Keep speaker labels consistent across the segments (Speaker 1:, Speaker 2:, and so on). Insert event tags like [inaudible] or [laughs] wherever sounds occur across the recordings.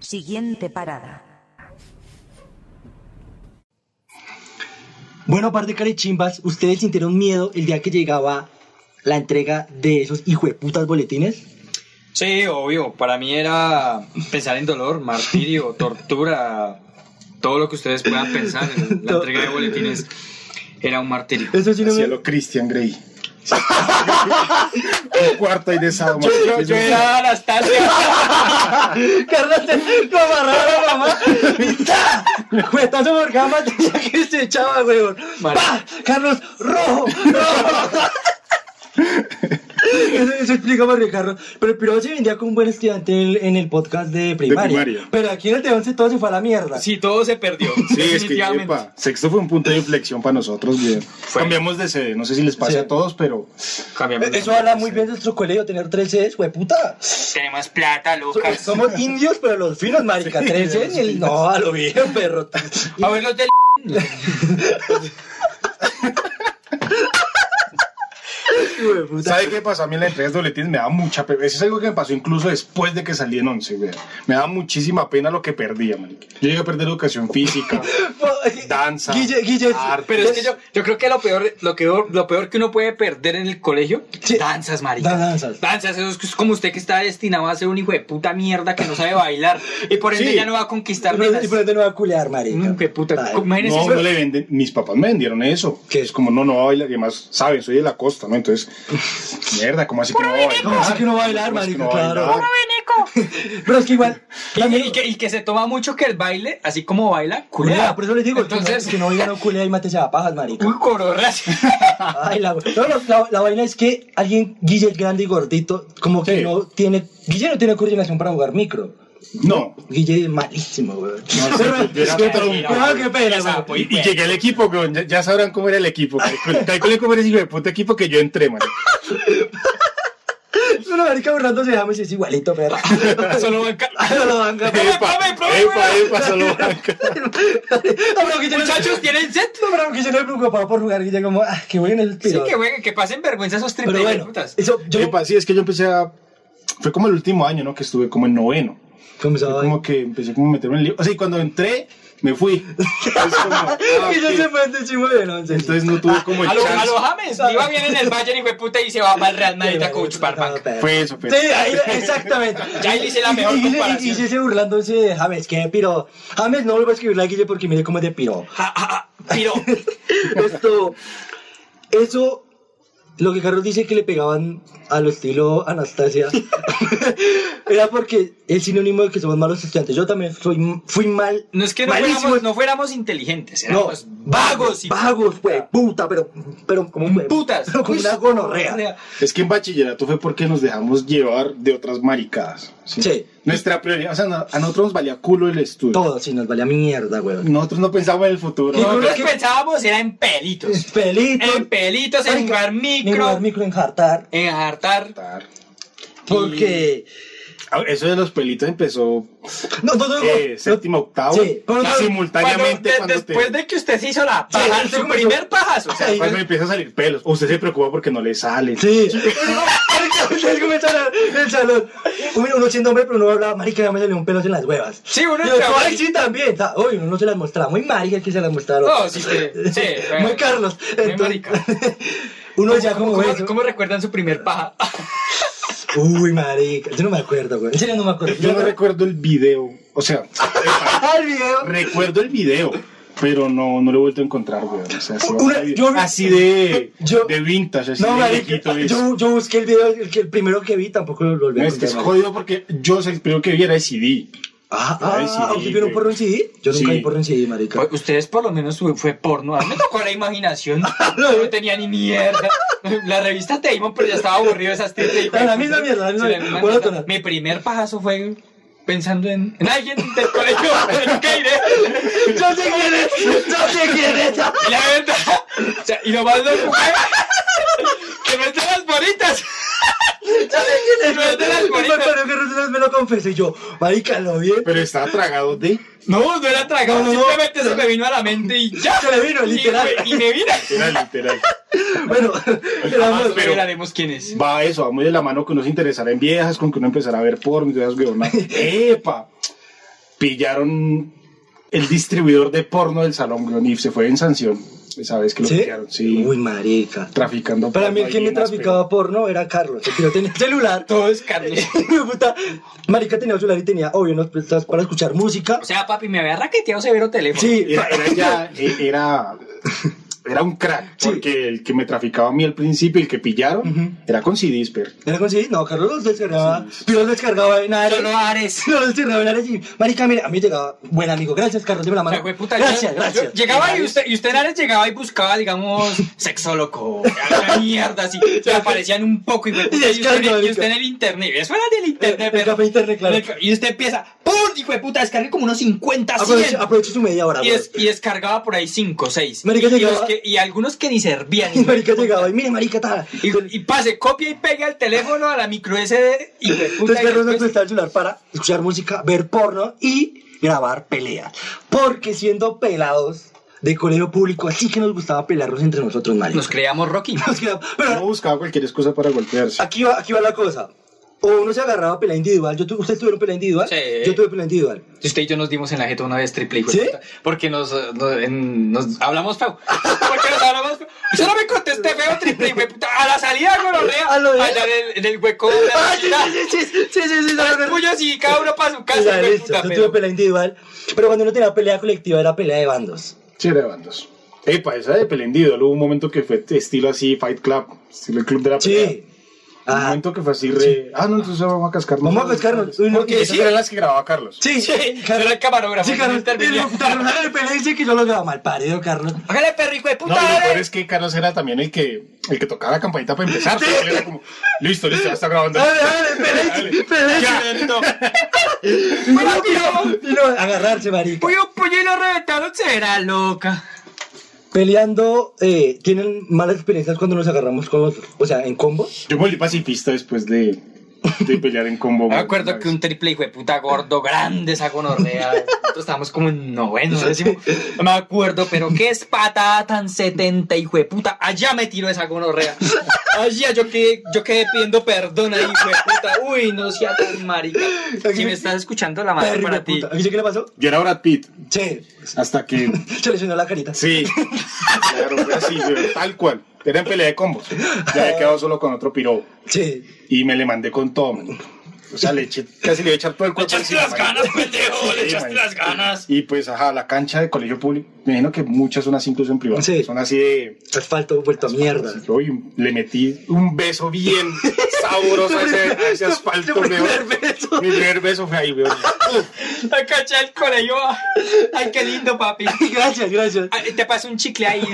Speaker 1: Siguiente parada.
Speaker 2: Bueno, par de carechimbas, ¿ustedes sintieron miedo el día que llegaba la entrega de esos hijueputas boletines?
Speaker 3: Sí, obvio. Para mí era pensar en dolor, [laughs] martirio, tortura, todo lo que ustedes puedan pensar. En la entrega de boletines era un martirio.
Speaker 2: Eso sí no
Speaker 4: Hacia
Speaker 2: me...
Speaker 4: lo Christian Grey. Un cuarto ahí de sábado.
Speaker 2: [laughs] Carlos, te lo amarraba la [laughs] mamá. Y ¡ta! Cuetazo por cama [laughs] tenía que se echaba, weón.
Speaker 3: Mar-
Speaker 2: ¡Pa! Carlos, rojo, rojo. [laughs] Eso, eso explica por qué Carlos. Pero el pirado se vendía como un buen estudiante en el, en el podcast de primaria.
Speaker 4: primaria.
Speaker 2: Pero aquí en el de 11 todo se fue a la mierda.
Speaker 3: [laughs] Sí, todo se perdió.
Speaker 4: Sí, es que
Speaker 3: definitivamente.
Speaker 4: epa, sexto fue un punto de inflexión para nosotros. bien.
Speaker 3: Fue.
Speaker 4: Cambiamos de sede, no sé si les pase
Speaker 2: Sí.
Speaker 4: a todos, pero
Speaker 3: Cambiamos.
Speaker 2: Eso habla muy bien de nuestro colegio, tener 3 Cs, puta.
Speaker 3: Tenemos plata, Lucas.
Speaker 2: Somos indios, pero los finos, marica. 3 Cs y el... No, a lo bien, perro.
Speaker 3: A ver los del...
Speaker 4: ¿Sabe qué pasó a mí en la entrega de boletines? Me daba mucha pena. Eso es algo que me pasó incluso después de que salí en 11, güey. Me daba muchísima pena lo que perdía, marica. Yo llegué a perder educación física, danza,
Speaker 2: Guille, Guille,
Speaker 4: arte.
Speaker 3: Pero es que yo, yo creo que lo peor, lo que lo peor que uno puede perder en el colegio,
Speaker 2: Sí.
Speaker 3: danzas, marica.
Speaker 2: Dan- danzas.
Speaker 3: Danzas, eso es como usted que está destinado a ser un hijo de puta mierda que no
Speaker 2: [laughs]
Speaker 3: sabe bailar. Y por ende
Speaker 4: Sí.
Speaker 3: ya no va a conquistar
Speaker 2: Pero
Speaker 3: nenas.
Speaker 2: y por ende no va a culear, marica.
Speaker 3: Mm, qué puta,
Speaker 2: [laughs] Ay,
Speaker 3: ¿cómo es?
Speaker 4: No, no le venden. Mis papás me vendieron eso.
Speaker 2: ¿Qué?
Speaker 4: Es como, no, no va a bailar. Y además, saben, soy de la costa, ¿no? Entonces, mierda, ¿cómo así que no va a bailar?
Speaker 2: ¿Cómo así que no va a bailar,
Speaker 4: ¿Cómo así que
Speaker 2: marica?
Speaker 4: no va a
Speaker 2: Claro.
Speaker 4: bailar?
Speaker 2: Pero es que igual.
Speaker 3: Y,
Speaker 2: también-
Speaker 3: y que, y que se toma mucho que el baile, así como baila,
Speaker 2: Culea,
Speaker 3: culea.
Speaker 2: por eso les digo,
Speaker 3: Entonces,
Speaker 2: que no oiga no culea y mate a pajas, marica.
Speaker 3: [laughs] un cororras.
Speaker 2: [laughs] Ay, la, no, no, la, la vaina es que alguien, Guille es grande y gordito, como que
Speaker 4: Sí.
Speaker 2: no tiene. Guille no tiene coordinación para jugar micro.
Speaker 4: No.
Speaker 2: Guille es malísimo, weón.
Speaker 4: sí, yo era
Speaker 2: Pero-
Speaker 4: tronco.
Speaker 2: pero qué pena,
Speaker 3: Esa,
Speaker 2: weón.
Speaker 3: pues,
Speaker 4: Y, y llegué al equipo, güey. Ya, ya sabrán cómo era el equipo. Calculen- Calculen cómo era ese hijo de puta equipo que yo entré, man.
Speaker 2: Pero marica burlando se llama y es igualito, perro. [laughs]
Speaker 3: Solo banca.
Speaker 2: Ay, [laughs] no lo van a
Speaker 4: Epa,
Speaker 3: profe, profe,
Speaker 4: epa,
Speaker 3: profe.
Speaker 4: epa, solo banca.
Speaker 2: No, pero Guille no-
Speaker 3: Muchachos, ¿tienen set?
Speaker 2: No, pero Guille no se preocupaba por jugar, Guille como, ah, que voy en el
Speaker 3: Sí,
Speaker 2: tiro.
Speaker 3: que, jueguen, que pasen vergüenza esos
Speaker 2: Pero
Speaker 3: 30
Speaker 2: bueno,
Speaker 3: putas.
Speaker 2: eso, [laughs] yo
Speaker 4: Epa, sí, es que yo empecé a. Fue como el último año, ¿no? Que estuve como en noveno. Fue
Speaker 2: comenzaba
Speaker 4: como que empecé como a meterme en lío. O sea, y cuando entré, me
Speaker 2: [laughs]
Speaker 4: fui. Es como, ah,
Speaker 2: Y yo
Speaker 4: ok.
Speaker 2: se fue el décimo de once.
Speaker 4: Entonces no tuve como el
Speaker 3: A lo,
Speaker 4: chance.
Speaker 3: a lo James, iba bien en el Bayern y fue puta y se va para el Real Madrid a coach Parpac.
Speaker 4: Fue eso, fue
Speaker 2: Sí,
Speaker 4: [laughs]
Speaker 2: ahí, exactamente.
Speaker 3: Ya ahí le hice la
Speaker 2: Y-
Speaker 3: mejor
Speaker 2: y- y-
Speaker 3: comparación.
Speaker 2: Y dice burlándose de James, que piro. James no vuelvo a escribirle a Guille porque mire cómo es de piro.
Speaker 3: Ja, ja, ja, Piro.
Speaker 2: Esto, eso, lo que Carlos dice que le pegaban a lo estilo Anastasia, [laughs] era porque es sinónimo de que somos malos estudiantes. Yo también soy, fui mal.
Speaker 3: No es que no
Speaker 2: malísimo
Speaker 3: fuéramos, no fuéramos inteligentes,
Speaker 2: No,
Speaker 3: éramos vagos y
Speaker 2: vagos, güey, puta, pero, pero como un
Speaker 3: putas.
Speaker 2: pero [laughs] como una gonorrea.
Speaker 4: Es que en bachillerato fue porque nos dejamos llevar de otras maricadas.
Speaker 2: Sí.
Speaker 4: Nuestra prioridad, o sea, no- a nosotros nos valía culo el estudio.
Speaker 2: Todo, si nos valía mierda, güey.
Speaker 4: Nosotros no pensábamos en el futuro.
Speaker 2: Ninguno-
Speaker 3: Nosotros pensábamos era en pelitos.
Speaker 2: Pelito.
Speaker 3: En pelitos, en
Speaker 2: Marica,
Speaker 3: jugar
Speaker 2: en
Speaker 3: micro,
Speaker 2: jugar micro, en jartar.
Speaker 3: en hartar.
Speaker 2: Porque.
Speaker 4: Ah, Eso de los pelitos empezó
Speaker 2: No, no, no. no,
Speaker 4: eh,
Speaker 2: no.
Speaker 4: séptimo, octavo.
Speaker 2: Sí, pero
Speaker 4: Ya
Speaker 2: no-
Speaker 3: Cuando-
Speaker 4: simultáneamente
Speaker 3: de-
Speaker 4: cuando, te-
Speaker 3: después de que usted se hizo la
Speaker 2: Sí,
Speaker 3: paja,
Speaker 2: sí,
Speaker 3: su
Speaker 2: comenzó.
Speaker 3: primer pajazo. O [laughs] sea,
Speaker 2: Ay,
Speaker 4: cuando
Speaker 2: no.
Speaker 4: empieza a salir pelos. O usted se preocupa porque no le sale.
Speaker 2: Sí. Marica, ustedes comenzaron en el salón. Uno uno siendo hombre, pero uno hablaba, marica, ya me salió un pelo en las huevas.
Speaker 3: Sí, uno
Speaker 2: Y
Speaker 3: entra,
Speaker 2: otro, ay,
Speaker 3: marica.
Speaker 2: sí, también. ta- Uy, uno no se las mostraba. Muy marica que se las mostraron.
Speaker 3: No, sí, sí,
Speaker 2: [laughs]
Speaker 3: sí,
Speaker 2: Muy
Speaker 3: bueno.
Speaker 2: Carlos.
Speaker 3: Muy
Speaker 2: Entonces, [laughs]
Speaker 3: marica.
Speaker 2: Uno ya
Speaker 3: ¿cómo,
Speaker 2: como
Speaker 3: cómo-
Speaker 2: eso.
Speaker 3: cómo recuerdan su primer [laughs] paja?
Speaker 2: Uy, marica. Yo no me acuerdo, güey. En serio no me acuerdo.
Speaker 4: Yo
Speaker 2: [laughs]
Speaker 4: no recuerdo el video. O sea,
Speaker 2: el video.
Speaker 4: recuerdo el video. Pero no, no lo he vuelto a encontrar, güey. O sea, así,
Speaker 2: Una- yo-
Speaker 4: así de,
Speaker 2: yo-
Speaker 4: de vintage, así
Speaker 2: No,
Speaker 4: de
Speaker 2: marica.
Speaker 4: viejito, es.
Speaker 2: Yo, yo busqué el video, el, que- el primero que vi, tampoco lo volví
Speaker 4: No,
Speaker 2: a
Speaker 4: es que es
Speaker 2: encontrar.
Speaker 4: jodido porque yo o sea, el primero que vi era el CD.
Speaker 2: Ah,
Speaker 4: Ay, sí,
Speaker 2: ah, ¿usted vieron
Speaker 4: güey.
Speaker 2: porro en CD? Yo nunca
Speaker 4: Sí.
Speaker 2: vi porro en CD, marica. [laughs]
Speaker 3: [laughs] Oye, Pues, Ustedes por lo menos fue, fue porno. A mí me tocó la [laughs] imaginación. No tenía ni mierda. La revista Damon, pero ya estaba aburrido esas [laughs] tres.
Speaker 2: La misma mierda, la misma
Speaker 3: Sí,
Speaker 2: mierda. Monótona.
Speaker 3: mierda. Mi primer pajazo fue pensando en, en alguien del [laughs] colegio. Nunca iré.
Speaker 2: ¡Yo sé quién es! ¡Yo sé quién es!
Speaker 3: Y la verdad, o sea, y lo más loco fue que no es de las bonitas.
Speaker 2: ¡Yo sé quién es!
Speaker 3: No es de las
Speaker 2: Me
Speaker 3: bonitas.
Speaker 2: acuerdo que Rosales me lo confesó y yo, marica, lo vi.
Speaker 4: Pero estaba tragado de.
Speaker 3: No, no era tragado.
Speaker 2: No, no, no.
Speaker 3: simplemente se me vino a la mente y ya.
Speaker 2: Ah, Se le vino,
Speaker 3: Y-
Speaker 2: literal.
Speaker 3: Y,
Speaker 2: [laughs]
Speaker 3: me vino.
Speaker 4: Era literal.
Speaker 2: Bueno,
Speaker 3: Jamás
Speaker 2: éramos...
Speaker 3: revelaremos quién es.
Speaker 4: Va eso,
Speaker 2: [laughs]
Speaker 4: va muy de la mano que uno se interesara en viejas, con que uno empezara a ver porno y todas esas huevonas. ¡Epa! pillaron el distribuidor de porno del salón, weón, y se fue en sanción. Esa vez que lo
Speaker 2: ¿Sí?
Speaker 4: pillaron, sí.
Speaker 2: Uy, marica.
Speaker 4: traficando
Speaker 2: Para mí el
Speaker 4: porno
Speaker 2: que
Speaker 4: ahí
Speaker 2: me
Speaker 4: en las
Speaker 2: traficaba porno era Carlos, el que no tenía celular. [laughs]
Speaker 3: Todo es Carlos.
Speaker 2: Hijo de puta. Marica tenía celular y tenía, obvio, unos prestas para escuchar música.
Speaker 3: O sea, papi, me había raqueteado severo teléfono.
Speaker 2: Sí,
Speaker 4: Era, era
Speaker 2: [laughs]
Speaker 4: ya, e- era, era un crack,
Speaker 2: Sí.
Speaker 4: porque el que me traficaba a mí al principio, el que pillaron,
Speaker 2: Ujú.
Speaker 4: era con CDs, pero
Speaker 2: ¿Era con CD? No, Carlos los descargaba. Yo los descargaba en Ares. [laughs]
Speaker 3: Solo Ares.
Speaker 2: No, los descargaba en Ares y, marica, mira, a mí llegaba, buen amigo, gracias, Carlos, dime la
Speaker 3: O
Speaker 2: mano.
Speaker 3: sea, güey, puta,
Speaker 2: gracias,
Speaker 3: yo-
Speaker 2: gracias.
Speaker 3: yo llegaba y usted, y usted en Ares llegaba y buscaba, digamos, sexólogo,
Speaker 2: [laughs]
Speaker 3: alguna mierda así. Le aparecían un poco y, fue,
Speaker 2: Y
Speaker 3: puta, y, usted, en el-
Speaker 2: descarga,
Speaker 3: y usted en el internet. Eso era
Speaker 2: Eh,
Speaker 3: del internet,
Speaker 2: El
Speaker 3: pero-
Speaker 2: café internet, claro.
Speaker 3: Y usted empieza, ¡pum! Hijo de puta, descargué como unos
Speaker 2: Ah,
Speaker 3: 50, 100.
Speaker 2: Aprovecha, aprovecha su media hora,
Speaker 3: Y,
Speaker 2: bro.
Speaker 3: des- y descargaba por ahí 5, 6.
Speaker 2: Marica,
Speaker 3: y, los
Speaker 2: llegaba-
Speaker 3: que- y algunos que ni servían.
Speaker 2: Y [laughs] marica llegaba y, mire, marica, tal.
Speaker 3: Y, y pase, copia y pega el teléfono a la micro SD. Y, hijo de puta,
Speaker 2: Entonces
Speaker 3: y
Speaker 2: Carlos nos
Speaker 3: después-
Speaker 2: prestaba el celular para escuchar música, ver porno y grabar peleas. Porque siendo pelados de colegio público, así que nos gustaba pelearnos entre nosotros, marica.
Speaker 3: nos creíamos Rocky.
Speaker 2: [laughs] Nos quedaba- Pero
Speaker 4: no buscaba cualquier excusa para golpearse.
Speaker 2: Aquí va, aquí va la cosa. O uno se agarraba a pelea individual. Yo tu- ¿Ustedes tuvieron pelea individual?
Speaker 3: Sí.
Speaker 2: Yo tuve pelea individual.
Speaker 3: Usted y yo nos dimos en la jeta una vez triple, hijo de
Speaker 2: ¿Sí?
Speaker 3: puta, Porque nos, eh, nos- en- nos hablamos feo. Porque nos hablamos feo. Yo no me contesté feo triple, hijo de puta. A la salida, gonorrea.
Speaker 2: A lo de- Ah,
Speaker 3: Allá en el, en el hueco de la esquina,
Speaker 2: sí, sí, sí, sí, sí,
Speaker 3: tres puyos y cada uno para su casa, hijo de puta,
Speaker 2: yo
Speaker 3: pero-
Speaker 2: tuve pelea individual, pero cuando uno tenía pelea colectiva era pelea de bandos.
Speaker 4: Sí, era de bandos. Epa, esa de pelendido, hubo un momento que fue estilo así, Fight Club, estilo el club de la pelea.
Speaker 2: Sí. Ah.
Speaker 4: Un
Speaker 2: Ajá.
Speaker 4: momento que fue así re... Ah, no, entonces vamos a cascarnos.
Speaker 2: Vamos a cascarnos. Uy, no,
Speaker 4: Porque
Speaker 2: que
Speaker 4: esas
Speaker 2: sí.
Speaker 4: eran las que grababa Carlos.
Speaker 2: Sí,
Speaker 3: Sí, yo era el camarógrafo.
Speaker 2: Sí, Carlos.
Speaker 3: entonces
Speaker 2: Y
Speaker 3: terminé.
Speaker 2: lo- Carlos haga la pelea y dice que yo lo grababa mal parido, Carlos.
Speaker 3: Hágale perro, hijo de
Speaker 4: No,
Speaker 3: puta.
Speaker 4: y lo
Speaker 3: dale.
Speaker 4: peor es que Carlos era también el que, el que tocaba la campanita para empezar. porque él Era como, listo, listo, ya está grabando.
Speaker 2: Dale, dale, pelea, pelea.
Speaker 3: Fue la que-
Speaker 2: Y no, agarrarse, marica.
Speaker 3: Fui un puño y lo reventaron, será loca.
Speaker 2: Peleando, eh, tienen malas experiencias cuando nos agarramos con los, o sea, en combos.
Speaker 4: Yo me volví pacifista después de, de pelear en
Speaker 3: [laughs]
Speaker 4: combo.
Speaker 3: Me
Speaker 4: man,
Speaker 3: acuerdo
Speaker 4: una
Speaker 3: que
Speaker 4: vez.
Speaker 3: un triple hijo de puta gordo, grande, esa gonorrea. Nosotros estábamos como en noveno, décimo. No me acuerdo, pero qué es patada tan setenta, hijo de puta. Allá me tiró esa gonorrea. Allá yo quedé, yo quedé pidiendo perdón ahí, hijo de puta. Uy, no sea tan marica. Si me estás escuchando, la Ah, madre
Speaker 2: Perro de
Speaker 3: para ti.
Speaker 2: puta. ¿Y ¿Qué le pasó?
Speaker 4: Yo era Brad Pitt.
Speaker 2: Che,
Speaker 4: Hasta que.
Speaker 2: se lesionó la carita.
Speaker 4: Sí. [laughs] Claro, fue así, güey, tal cual. Era en pelea de combos. Ya había quedado solo con otro piro.
Speaker 2: Che,
Speaker 4: Y me le mandé con todo, man. O sea, le eché, casi le iba a echar todo el
Speaker 3: Le
Speaker 4: cuerpo.
Speaker 3: echaste
Speaker 4: encima,
Speaker 3: las
Speaker 4: man.
Speaker 3: ganas, pendejo. Le
Speaker 4: Sí,
Speaker 3: echaste
Speaker 4: marica.
Speaker 3: las ganas.
Speaker 4: Y pues, ajá, la cancha de colegio público. Me imagino que muchas son así, incluso en privado.
Speaker 2: Sí.
Speaker 4: Son así de.
Speaker 2: asfalto vuelto a mierda. [laughs]
Speaker 4: Uy, le metí un beso bien sabroso a ese, a ese asfalto,
Speaker 2: Tu primer
Speaker 4: weón.
Speaker 2: beso.
Speaker 4: Mi primer beso fue ahí, weón.
Speaker 3: La caché el colegio. Ay, qué lindo, papi.
Speaker 2: Gracias, gracias.
Speaker 3: Ay, Ah, Te pasó un
Speaker 2: [laughs]
Speaker 3: chicle ahí.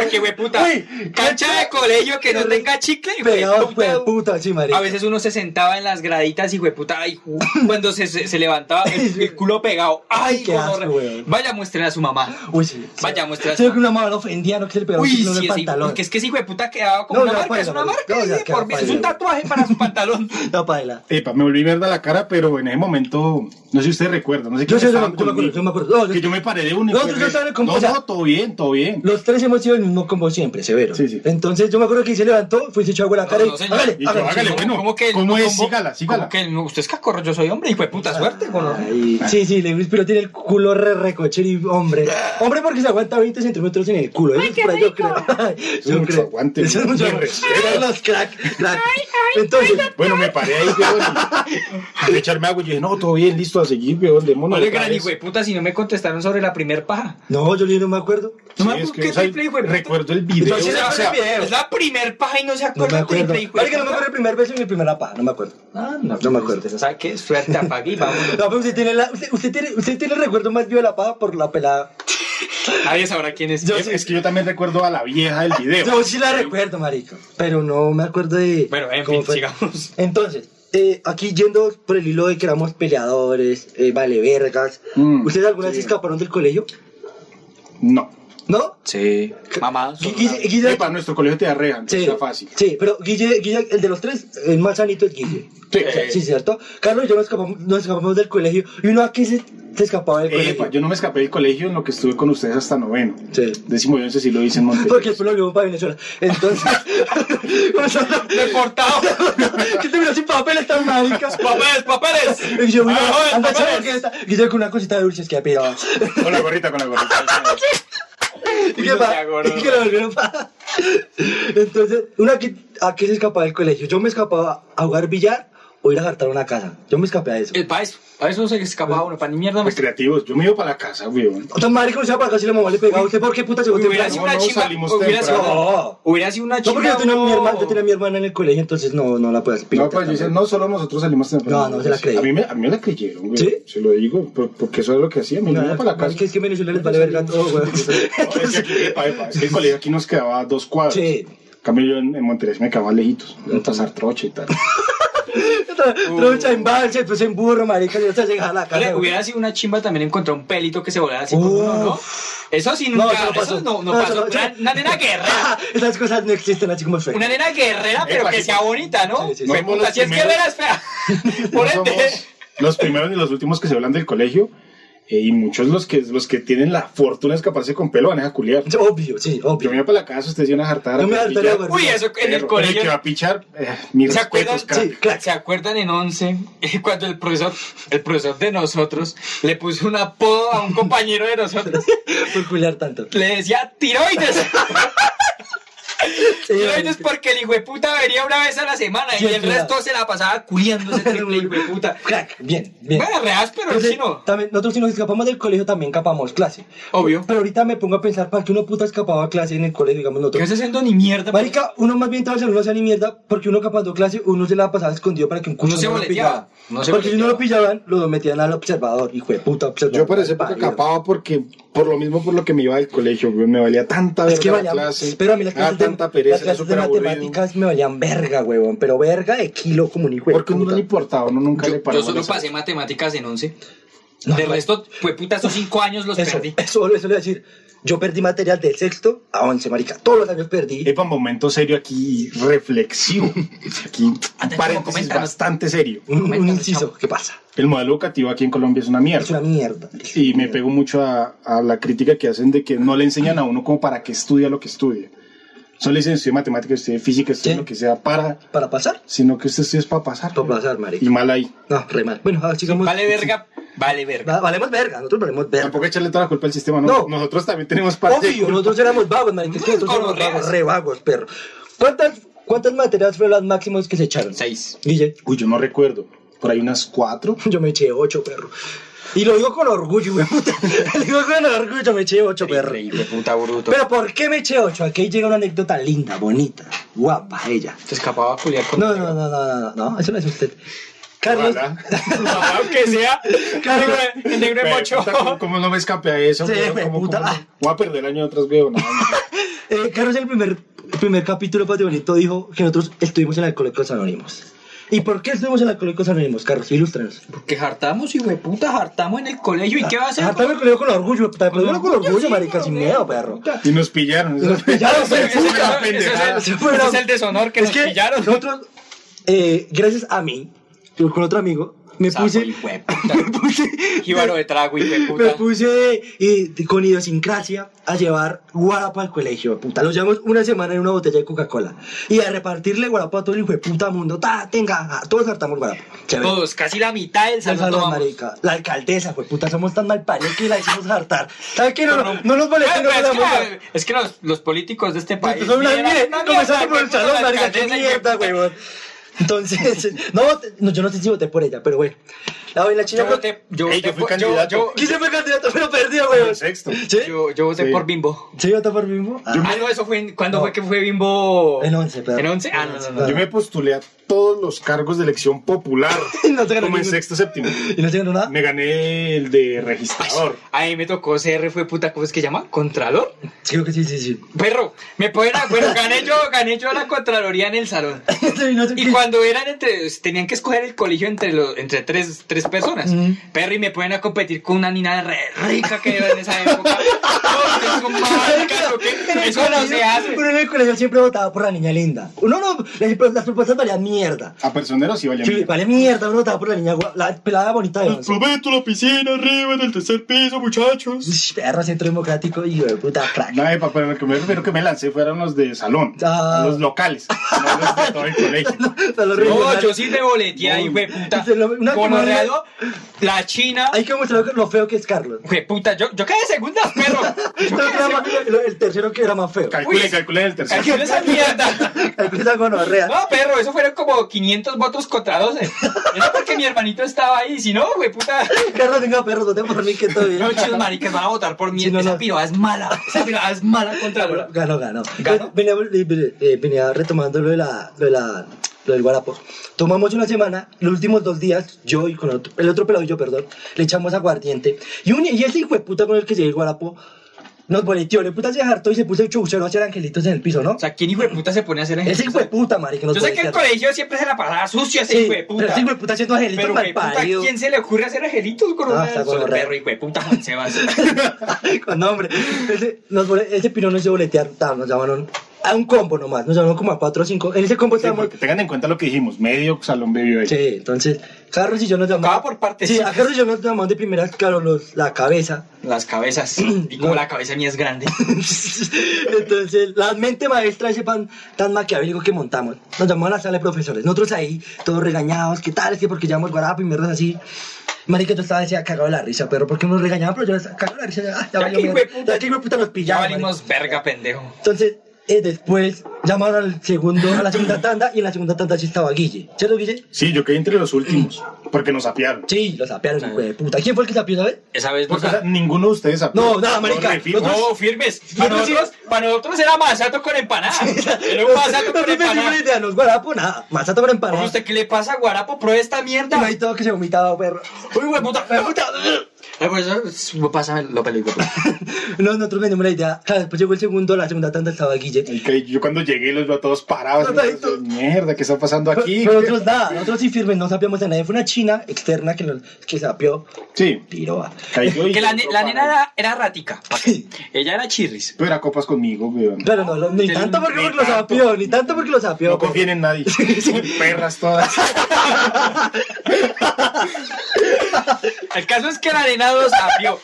Speaker 3: Porque, güey, puta.
Speaker 2: Uy,
Speaker 3: cancha de colegio que no tenga chicle. hijo de
Speaker 2: Pegado,
Speaker 3: puta.
Speaker 2: fue puta, sí, marica.
Speaker 3: A veces uno se sentaba en las graditas y, güey, puta, ay, ju- cuando se, se-
Speaker 2: [laughs]
Speaker 3: se levantaba el, el culo pegado. Ay,
Speaker 2: Qué asco,
Speaker 3: gonorrea.
Speaker 2: güey.
Speaker 3: Vaya, muestren a su mamá.
Speaker 2: Uy, sí.
Speaker 3: Vaya, muestra.
Speaker 2: Creo que una mamá lo ofendía, no que se le pegó
Speaker 3: Uy,
Speaker 2: un ciclo en el
Speaker 3: sí, sí,
Speaker 2: pantalón.
Speaker 3: porque es que ese hijo de puta quedaba como
Speaker 2: No,
Speaker 3: una
Speaker 2: ya,
Speaker 3: marca, es
Speaker 2: paila,
Speaker 3: una marca,
Speaker 2: no, ya,
Speaker 3: dice, por mí,
Speaker 2: paila.
Speaker 3: es un tatuaje para su pantalón.
Speaker 4: [laughs]
Speaker 2: No, paila.
Speaker 4: Epa, me volví verde a la cara, pero en ese momento, no sé si usted recuerda, no sé
Speaker 2: Yo
Speaker 4: quién
Speaker 2: sí, yo me
Speaker 4: estaba
Speaker 2: acuerdo,
Speaker 4: conmigo.
Speaker 2: yo me acuerdo. No, yo-
Speaker 4: Que yo me paré de uno y
Speaker 2: No,
Speaker 4: fue
Speaker 2: tú
Speaker 4: re-
Speaker 2: no sabes cómo-
Speaker 4: No,
Speaker 2: o sea-
Speaker 4: no, todo bien, todo bien.
Speaker 2: Los tres hemos sido el mismo combo siempre, severo.
Speaker 4: Sí, sí.
Speaker 2: Entonces yo me acuerdo que se levantó, fue y se echó agua a la cara
Speaker 3: no,
Speaker 2: y.
Speaker 3: señor.
Speaker 2: Hágale,
Speaker 4: Y yo, hágale,
Speaker 2: sí.
Speaker 4: bueno, ¿cómo es? Sígala, sígala.
Speaker 3: ¿Cómo que no? usted es cacorro, yo soy hombre, hijo de puta suerte, gonorrea.
Speaker 2: Ay, Sí, sí, Luis Piro tiene el culo re recoche y hombre. Hombre porque se aguanta 20 centímetros en el culo. Eso es por ahí, yo creo. [laughs]
Speaker 4: es mucho aguante,
Speaker 2: Eso es
Speaker 4: mi
Speaker 2: mucho
Speaker 4: respeto.
Speaker 2: aguante. [laughs] Los crack, crack. Entonces,
Speaker 4: Bueno, me paré ahí, weón.
Speaker 2: [laughs]
Speaker 4: y- De echarme agua, yo dije, no, todo bien, listo a seguir, weón, de mono.
Speaker 3: No le gran hijo de puta si no me contestaron sobre la primer paja.
Speaker 2: no, yo no me acuerdo.
Speaker 3: No me acuerdo qué triple hijo de puta.
Speaker 4: recuerdo el video.
Speaker 2: Entonces,
Speaker 4: o sea,
Speaker 2: el video.
Speaker 3: es la primer paja y no se
Speaker 2: No me
Speaker 3: acuerda el
Speaker 2: acuerdo.
Speaker 3: triple hijo de
Speaker 2: Marica, no me acuerdo el primer beso ni mi primera paja, no me acuerdo.
Speaker 3: Ah,
Speaker 2: No me acuerdo.
Speaker 3: Usted ¿Sabe qué? Suerte, apague y vámonos.
Speaker 2: No, pero usted tiene, la, usted, usted tiene, usted tiene el recuerdo más vivo de la paja por la pelada.
Speaker 3: Nadie sabrá quién es.
Speaker 4: es, es que yo también recuerdo a la vieja del video.
Speaker 2: Yo sí la recuerdo, marica. Pero no me acuerdo de.
Speaker 3: Bueno, en
Speaker 2: cómo
Speaker 3: fin,
Speaker 2: fue.
Speaker 3: sigamos.
Speaker 2: Entonces, eh, aquí yendo por el hilo de que éramos peleadores, eh, vale vergas.
Speaker 4: Mm,
Speaker 2: ¿Ustedes alguna vez
Speaker 4: sí.
Speaker 2: se escaparon del colegio?
Speaker 4: No.
Speaker 2: ¿No?
Speaker 3: Sí. Mamá.
Speaker 2: Gui- Guille, Guille-
Speaker 4: Para nuestro colegio te arrean,
Speaker 2: sí,
Speaker 4: está fácil.
Speaker 2: sí, pero Guille, Guille, el de los tres, el más sanito es Guille.
Speaker 4: Sí.
Speaker 2: Sí, ¿cierto? Carlos y yo nos escapamos, nos escapamos del colegio. ¿Y uno aquí se, se escapaba del
Speaker 4: Epa,
Speaker 2: colegio?
Speaker 4: yo no me escapé del colegio en lo que estuve con ustedes hasta noveno.
Speaker 2: Sí.
Speaker 4: Décimo y once sí lo hice en
Speaker 2: [laughs]
Speaker 4: Monterrey.
Speaker 2: Porque después lo llevó para Venezuela. Entonces. [laughs] nosotros- [laughs]
Speaker 3: Deportado. [laughs]
Speaker 2: que terminó sin papeles tan mágicas.
Speaker 3: ¡Papeles, papeles!
Speaker 2: Y yo, mira,
Speaker 3: Ah, joder,
Speaker 2: anda,
Speaker 3: papeles.
Speaker 2: chavo, que está. Y yo con una cosita de dulces que ha pillado.
Speaker 4: Con la gorrita, con la [laughs] gorrita.
Speaker 2: [laughs] Y que
Speaker 3: no
Speaker 2: pa-
Speaker 3: te acuerdo.
Speaker 2: y que lo volvieron pa- [laughs] Entonces, una que, ¿a qué se escapaba del colegio? Yo me escapaba a jugar billar o ir a jartar una casa. Yo me escapé a eso.
Speaker 3: Eh, pa' eso, para eso se escapaba uno, para ni mierda. me-
Speaker 4: Los Pues creativos, yo me iba para la casa, weón.
Speaker 2: O sea, marico, se va para acá si la mamá le pegaba. ¿Usted por qué puta llegó
Speaker 3: Hubiera
Speaker 2: temprano?
Speaker 3: sido
Speaker 4: no,
Speaker 3: una
Speaker 4: no,
Speaker 3: chimba.
Speaker 4: salimos
Speaker 3: Hubiera sido
Speaker 4: temprano.
Speaker 2: No.
Speaker 3: hubiera sido una
Speaker 2: No,
Speaker 3: chimba.
Speaker 2: porque yo tenía, a mi hermana, yo
Speaker 3: no.
Speaker 2: tenía a mi hermana en el colegio, entonces no, no la puedes
Speaker 4: No, pues yo dicen, no, solo nosotros salimos temprano.
Speaker 2: No, no se la creí.
Speaker 4: A mí me, a mí me la creyeron, güey.
Speaker 2: ¿Sí?
Speaker 4: Se lo digo, por- porque eso es lo que hacía. Me iba para la casa.
Speaker 2: Es que es que en Venezuela les vale verga todo,
Speaker 4: [laughs]
Speaker 2: weón.
Speaker 4: No, es que aquí- epa, epa, es que el colegio aquí nos quedaba a dos cuadros.
Speaker 2: Sí.
Speaker 4: En cambio, yo en, en Monterrey me quedaba lejitos. Iba a pasar trocha y tal.
Speaker 2: Trucha en balsa, entonces en burro, marica, y hasta llegar a la
Speaker 3: Oye,
Speaker 2: casa. güey.
Speaker 3: hubiera sido una chimba también encontrar un pelito que se volaba así con uno, ¿no? Eso sí
Speaker 2: No,
Speaker 3: nunca,
Speaker 2: eso no
Speaker 3: eso
Speaker 2: pasó.
Speaker 3: no,
Speaker 2: No,
Speaker 3: no pasó.
Speaker 2: eso no-
Speaker 3: Una, una nena guerrera,
Speaker 2: [laughs] Esas cosas no existen así como fue.
Speaker 3: una nena guerrera, pero
Speaker 4: Epa,
Speaker 3: que
Speaker 4: sí.
Speaker 3: sea bonita, ¿no?
Speaker 2: Sí, sí, sí.
Speaker 3: Fue
Speaker 4: No somos
Speaker 3: puta,
Speaker 4: los
Speaker 3: si es
Speaker 4: primeros.
Speaker 3: guerrera, es
Speaker 2: [laughs]
Speaker 3: fea.
Speaker 4: No
Speaker 3: Por ende,
Speaker 4: somos los primeros ni los últimos que se hablan del colegio. eh, y muchos los que, los que tienen la fortuna de escaparse con pelo van a culiar.
Speaker 2: [laughs] Obvio, sí,
Speaker 4: Yo
Speaker 2: obvio.
Speaker 4: me iba para la casa, ustedes iban a jartar.
Speaker 2: Yo me
Speaker 4: a
Speaker 2: hartaría,
Speaker 4: pillar,
Speaker 2: güey.
Speaker 3: uy, eso en el
Speaker 4: pero que va
Speaker 3: colegio.
Speaker 4: a pichar, eh, mis
Speaker 3: ¿Se
Speaker 4: respetos,
Speaker 3: acuerdan,
Speaker 4: crack.
Speaker 2: Sí, claro.
Speaker 3: ¿Se acuerdan en 11 [laughs] cuando el profesor, el profesor de nosotros le puso un apodo a un compañero de
Speaker 2: [laughs]
Speaker 3: nosotros?
Speaker 2: Por culiar tanto.
Speaker 3: Le decía
Speaker 2: [laughs]
Speaker 3: tiroides.
Speaker 2: Sí,
Speaker 3: Tiroides
Speaker 2: marica.
Speaker 3: porque el hijo de puta venía una vez a la semana
Speaker 2: Sí,
Speaker 3: y el
Speaker 2: claro.
Speaker 3: resto se la pasaba
Speaker 2: [laughs]
Speaker 3: culiando ese triple hijo de puta.
Speaker 2: Crack, bien, bien.
Speaker 3: Bueno, reas, pero el
Speaker 2: Entonces,
Speaker 3: chino.
Speaker 2: También, nosotros si nos escapamos del colegio también capamos clase.
Speaker 3: Obvio.
Speaker 2: Pero ahorita me pongo a pensar, ¿para qué uno puta escapaba a clase en el colegio, digamos
Speaker 3: ¿Qué
Speaker 2: nosotros?
Speaker 3: estás haciendo ni mierda?
Speaker 2: Marica, uno más bien estaba en el no hacía ni mierda, porque uno capando clase, uno se la pasaba escondido para que un cucho
Speaker 3: No se
Speaker 2: lo
Speaker 3: boleteaba,
Speaker 2: pillara.
Speaker 3: no se
Speaker 2: porque si no lo
Speaker 3: boleteaba.
Speaker 2: pillaban, lo metían al observador, hijo de puta observador.
Speaker 4: Yo por esa época
Speaker 2: Parido.
Speaker 4: capaba porque, por lo mismo por lo que me iba del colegio, güey, me valía tanta verga
Speaker 2: Es que
Speaker 4: la
Speaker 2: valía,
Speaker 4: clase.
Speaker 2: pero a mí las
Speaker 4: me daba
Speaker 2: clases, de,
Speaker 4: tanta
Speaker 2: las
Speaker 4: pereza, era
Speaker 2: clases de
Speaker 4: súper aburrido.
Speaker 2: matemáticas me valían verga, huevón, pero verga de kilo como un hijo de
Speaker 4: Porque uno no
Speaker 2: puta.
Speaker 4: le importaba, uno nunca le
Speaker 3: Yo,
Speaker 4: paraba.
Speaker 3: yo solo
Speaker 4: las-
Speaker 3: pasé matemáticas en 11.
Speaker 2: No,
Speaker 3: de
Speaker 2: no.
Speaker 3: resto, fue puta, esos 5 años los
Speaker 2: Eso,
Speaker 3: perdí.
Speaker 2: eso, eso le voy a decir. Yo perdí material del sexto a once, marica. Todos los años perdí.
Speaker 4: Epa, momento serio aquí, reflexivo. Aquí,
Speaker 3: Atención,
Speaker 4: paréntesis
Speaker 3: comenta.
Speaker 4: bastante serio.
Speaker 2: un, un
Speaker 3: coméntame,
Speaker 2: inciso,
Speaker 3: chao.
Speaker 2: ¿qué pasa?
Speaker 4: El modelo educativo aquí en Colombia es una
Speaker 2: Es
Speaker 4: mierda.
Speaker 2: una mierda.
Speaker 4: Y me pego mucho a, a la crítica que hacen de que no le enseñan a uno como para que estudia lo que estudia. Solo le dicen estudia matemáticas, estudia física, estudia
Speaker 2: Sí.
Speaker 4: lo que sea para,
Speaker 2: ¿Para pasar?
Speaker 4: sino que usted estudia es para pasar.
Speaker 2: Para pasar,
Speaker 4: Y
Speaker 2: marica.
Speaker 4: mal ahí.
Speaker 2: No, re mal. Bueno, ahora sigamos.
Speaker 3: Vale verga, vale verga.
Speaker 2: Va- valemos verga, nosotros valemos verga.
Speaker 4: Tampoco echarle toda la culpa al sistema, ¿no?
Speaker 2: No.
Speaker 4: Nosotros también tenemos parte. de
Speaker 2: Obvio,
Speaker 4: culpa.
Speaker 2: nosotros éramos vagos, marica. Es que nosotros éramos
Speaker 3: Gonorreas.
Speaker 2: vagos, re vagos, perro. ¿Cuántas, cuántas materias fueron las máximas que se echaron?
Speaker 3: 6.
Speaker 2: Guille, [laughs]
Speaker 4: Uy, yo no recuerdo. Por ahí unas cuatro.
Speaker 2: yo me eché ocho, perro. Y lo digo con orgullo, güey, puta. [laughs] Lo digo con orgullo, yo me eché ocho, perro.
Speaker 3: de puta bruto.
Speaker 2: Pero ¿por qué me eché ocho? Aquí llega una anécdota linda, bonita, guapa, ella.
Speaker 3: Te escapaba a culiar con.
Speaker 2: No, no, no, no, no, no, no, eso no es usted. Carlos,
Speaker 4: Ojalá.
Speaker 3: Aunque sea.
Speaker 2: Claro.
Speaker 3: El negro
Speaker 4: Pero,
Speaker 3: en mocho.
Speaker 4: puta, ¿cómo- ¿Cómo no me escapé a eso?
Speaker 2: Sí,
Speaker 4: güey?
Speaker 2: güey,
Speaker 4: ¿Cómo-
Speaker 2: puta.
Speaker 4: cómo no? Voy a perder el año de otras huevonadas.
Speaker 2: [laughs] eh, Carlos en el primer, primer capítulo de Bonito dijo que nosotros estuvimos en Alcohólicos Anónimos. ¿Y por qué estuvimos en Alcohólicos Anónimos, Carlos? Ilústranos.
Speaker 3: Porque hartamos, hijo de puta, hartamos en el colegio. ¿Y qué va a hacer?
Speaker 2: Ah, también lo digo con orgullo, también lo digo con orgullo, marica, sin miedo, perro. [laughs]
Speaker 4: Y nos pillaron.
Speaker 2: Nos pillaron,
Speaker 3: Ese- ese-
Speaker 2: perro.
Speaker 3: ese- ese- ese- ese- ese es el deshonor que
Speaker 2: es
Speaker 3: nos
Speaker 2: que
Speaker 3: pillaron.
Speaker 2: Nosotros, eh, gracias a mí, yo con otro amigo, me
Speaker 3: Saco,
Speaker 2: puse...
Speaker 3: hijo de
Speaker 2: [laughs]
Speaker 3: puta.
Speaker 2: Me puse...
Speaker 3: Jíbaro de trago, hijo de
Speaker 2: Me
Speaker 3: puta.
Speaker 2: puse eh, con idiosincrasia a llevar guarapa al colegio, puta. Lo llevamos una semana en una botella de Coca-Cola. Y a repartirle guarapa a todo el hijo de puta mundo. Ta, tenga, ja, todos hartamos guarapa. Chévere.
Speaker 3: Todos, casi la mitad del
Speaker 2: Al
Speaker 3: salón
Speaker 2: salón,
Speaker 3: tomamos.
Speaker 2: marica. La alcaldesa, fue puta, somos tan mal paridos que la hicimos hartar. ¿Sabes qué? No, no, no nos
Speaker 3: Bueno,
Speaker 2: molestemos
Speaker 3: pero
Speaker 2: no
Speaker 3: es,
Speaker 2: nos
Speaker 3: que, es que los, los políticos de este país.
Speaker 2: Pues, Son unas
Speaker 3: mierda,
Speaker 2: mierdas,
Speaker 3: una
Speaker 2: comenzaron por
Speaker 3: mierda,
Speaker 2: el salón,
Speaker 3: la
Speaker 2: marica, qué
Speaker 3: alcaldesa,
Speaker 2: mierda,
Speaker 3: hijo de puta.
Speaker 2: huevón. Entonces, [laughs] no, te- no, yo no sé si voté por ella, pero bueno. La, la china
Speaker 3: Yo voté, yo
Speaker 4: Ey,
Speaker 3: voté
Speaker 4: yo fui
Speaker 3: por-
Speaker 4: candidato.
Speaker 3: Yo,
Speaker 2: ¿Quién se fue candidato? Pero perdió,
Speaker 4: El
Speaker 2: weón.
Speaker 4: sexto.
Speaker 2: ¿Sí?
Speaker 3: yo- yo voté
Speaker 4: Sí.
Speaker 3: por Bimbo.
Speaker 2: ¿Se votó por mismo? Ah.
Speaker 3: Ah, no, eso fue. en- ¿Cuándo
Speaker 2: No.
Speaker 3: fue que fue Bimbo?
Speaker 2: En once, pero-
Speaker 3: ¿En 11? Ah, no, no, no.
Speaker 4: Yo me postulé a todos los cargos de elección popular.
Speaker 2: [laughs] No te gané
Speaker 4: como en
Speaker 2: ninguno. ¿Ah?
Speaker 4: sexto, séptimo.
Speaker 2: ¿Y no se ganó nada?
Speaker 4: Me gané el de registrador.
Speaker 3: A mí me tocó CR, fue puta, ¿cómo es que llama? ¿Contralor?
Speaker 2: Sí, creo que sí, [laughs] sí, sí.
Speaker 3: Perro, me pueden.
Speaker 2: [laughs]
Speaker 3: Bueno, gané yo, gané yo la Contraloría en el salón.
Speaker 2: Sí, no sé
Speaker 3: Y
Speaker 2: qué-
Speaker 3: cuando eran entre. Tenían que escoger el colegio entre, los, entre tres, tres tres personas. Perry me pueden a competir con una nina re rica que era en esa época. No,
Speaker 2: [laughs]
Speaker 3: eso, marica, lo que- eso no se hace.
Speaker 2: Pero en el colegio siempre votaba por la niña linda. Uno no, las, las propuestas valían mierda.
Speaker 4: A personeros sí vaya
Speaker 2: Sí, vale mierda, uno votaba por la niña gua- la pelada bonita de once.
Speaker 4: prometo la piscina arriba en el tercer piso, muchachos.
Speaker 2: Ush, Perro centro democrático y de puta crack. [laughs]
Speaker 4: No, epa, pero lo que me, primero que me lancé fueron los de salón,
Speaker 2: Ah.
Speaker 4: los locales, no
Speaker 2: [laughs]
Speaker 4: los de todo el colegio.
Speaker 2: Para los
Speaker 3: No,
Speaker 2: regionales.
Speaker 3: yo sí me boleteé ahí,
Speaker 4: No.
Speaker 3: hueputa.
Speaker 2: Se lo- una
Speaker 3: Con
Speaker 2: comida-
Speaker 3: Orlando, la China.
Speaker 2: Hay que mostrar lo feo que es
Speaker 3: [laughs]
Speaker 2: Carlos.
Speaker 3: Hueputa, yo, yo quedé segunda,
Speaker 2: [laughs]
Speaker 3: perro. Yo
Speaker 2: Este
Speaker 3: quedé
Speaker 2: era más-
Speaker 3: segunda.
Speaker 2: el, el tercero que era más feo.
Speaker 4: Calcule,
Speaker 3: Uy,
Speaker 4: calcule el tercer.
Speaker 3: Calcula esa mierda.
Speaker 2: Empieza con orrea.
Speaker 3: No, perro, eso fueron como 500 votos contra 12. Era porque mi hermanito estaba ahí. Si no, hueputa.
Speaker 2: Carlos, venga, perro, no te por mí que todo bien.
Speaker 3: No, chicos, maricas, van a votar por mí.
Speaker 2: Sí, no,
Speaker 3: esa
Speaker 2: no.
Speaker 3: piroa es mala. Esa piroa es mala contra Lola.
Speaker 2: Ganó, ganó.
Speaker 3: ¿Ganó?
Speaker 2: Venía, eh, venía retomando lo de la, lo de la- lo del guarapo. Tomamos una semana, los últimos dos días, yo y con otro, el otro pelado y yo, perdón, le echamos aguardiente. Y, un, y ese hijo de puta con el que se dio el guarapo nos boleteó, le puta se hartó y se puso chuchero a hacer angelitos en el piso, ¿no?
Speaker 3: O sea, ¿quién hijo de puta se pone a hacer
Speaker 2: Ese hijo de puta, marica, nos
Speaker 3: Yo sé que el
Speaker 2: boletearon.
Speaker 3: colegio siempre se la pasaba sucio ese
Speaker 2: Sí,
Speaker 3: hijo de
Speaker 2: pero
Speaker 3: puta.
Speaker 2: ese hijo de puta haciendo angelitos
Speaker 3: Pero,
Speaker 2: mal
Speaker 3: hueputa,
Speaker 2: parido.
Speaker 3: ¿quién se le ocurre hacer angelitos con
Speaker 2: Ah,
Speaker 3: un
Speaker 2: está con
Speaker 3: perro, hijo de puta, Juan Sebastián?
Speaker 2: [laughs]
Speaker 3: [laughs]
Speaker 2: Con nombre. Ese, nos bole- ese pirón nos hizo boletear, ta, nos llamaron a un combo nomás, nos llamaron como a cuatro o cinco. En ese combo
Speaker 4: Sí,
Speaker 2: estábamos.
Speaker 4: porque tengan en cuenta lo que dijimos, medio salón bebió ahí.
Speaker 2: Sí, entonces, Carlos y yo nos
Speaker 3: Tocaba
Speaker 2: llamamos.
Speaker 3: por partes.
Speaker 2: Sí, a Carlos y yo nos llamamos de primeras, claro, los, la cabeza. [laughs]
Speaker 3: Las cabezas. Y como la cabeza mía es grande.
Speaker 2: Entonces, la mente maestra de ese pan tan maquiavélico que montamos. Nos llamaron a la sala de profesores. Nosotros ahí, todos regañados, ¿qué tal? Es que porque llevamos guarapo y mierdas así. Marica, yo estaba decía cagado de la risa, pero porque nos regañaban, pero yo estaba cagado de la risa. Ah, ya
Speaker 3: Ya
Speaker 2: valió
Speaker 3: que
Speaker 2: mierda.
Speaker 3: hijueputa-
Speaker 2: Ya que hijueputa nos
Speaker 3: Ya
Speaker 2: pillaba.
Speaker 3: valimos verga, pendejo.
Speaker 2: Entonces, eh, después llamaron al segundo, a la segunda tanda, y en la segunda tanda sí estaba Guille. ¿Cierto, Guille?
Speaker 4: Sí, yo quedé entre los últimos, porque nos apiaron.
Speaker 2: Sí, lo sapearon, hijo de puta. ¿Quién fue el que sapeó, sabes?
Speaker 3: Esa vez nos
Speaker 4: Porque o sea, ninguno de ustedes apió.
Speaker 2: No, nada, marica,
Speaker 4: refirmo.
Speaker 3: No, firmes. Para
Speaker 2: Nosotros-
Speaker 3: nosotros, para nosotros era masato con empanada. Era un masato
Speaker 2: No
Speaker 3: con
Speaker 2: te
Speaker 3: empanada.
Speaker 2: idea, los guarapo, nada. Masato para
Speaker 3: Oye,
Speaker 2: empanar.
Speaker 3: ¿Usted qué le pasa, Guarapo? Prueba esta mierda.
Speaker 2: No hay todo que se vomitaba, perro. [laughs]
Speaker 3: Uy, güey, puta, güey, puta. Ay, pues, eso, pásame lo peligro.
Speaker 2: No, nosotros vendimos la idea. Claro, después llegó el segundo, la segunda tanda estaba Guille.
Speaker 4: Y que yo cuando llegué los veo a todos parados.
Speaker 2: No, no,
Speaker 4: entonces,
Speaker 2: no.
Speaker 4: Mierda, ¿qué está pasando
Speaker 2: Pero,
Speaker 4: aquí?
Speaker 2: pero nosotros nada, nosotros sí firmes, no sabíamos de nadie. Fue una china externa que, nos, que sapió.
Speaker 4: Sí,
Speaker 2: Piroa.
Speaker 4: cayó
Speaker 3: [laughs]
Speaker 4: y.
Speaker 3: Que la, ne- la
Speaker 4: para
Speaker 3: nena
Speaker 4: ahí.
Speaker 3: era, era ratica. ¿pa' qué? Ella era chirris.
Speaker 4: Pero era copas conmigo, weón.
Speaker 2: Pero no, lo- ni
Speaker 3: Ni
Speaker 2: tanto porque, porque lo
Speaker 3: tanto.
Speaker 2: sapió, ni tanto porque lo sapió.
Speaker 4: No confíen en [laughs] nadie. Perras todas. [laughs]
Speaker 3: El caso es que la nena nos apió.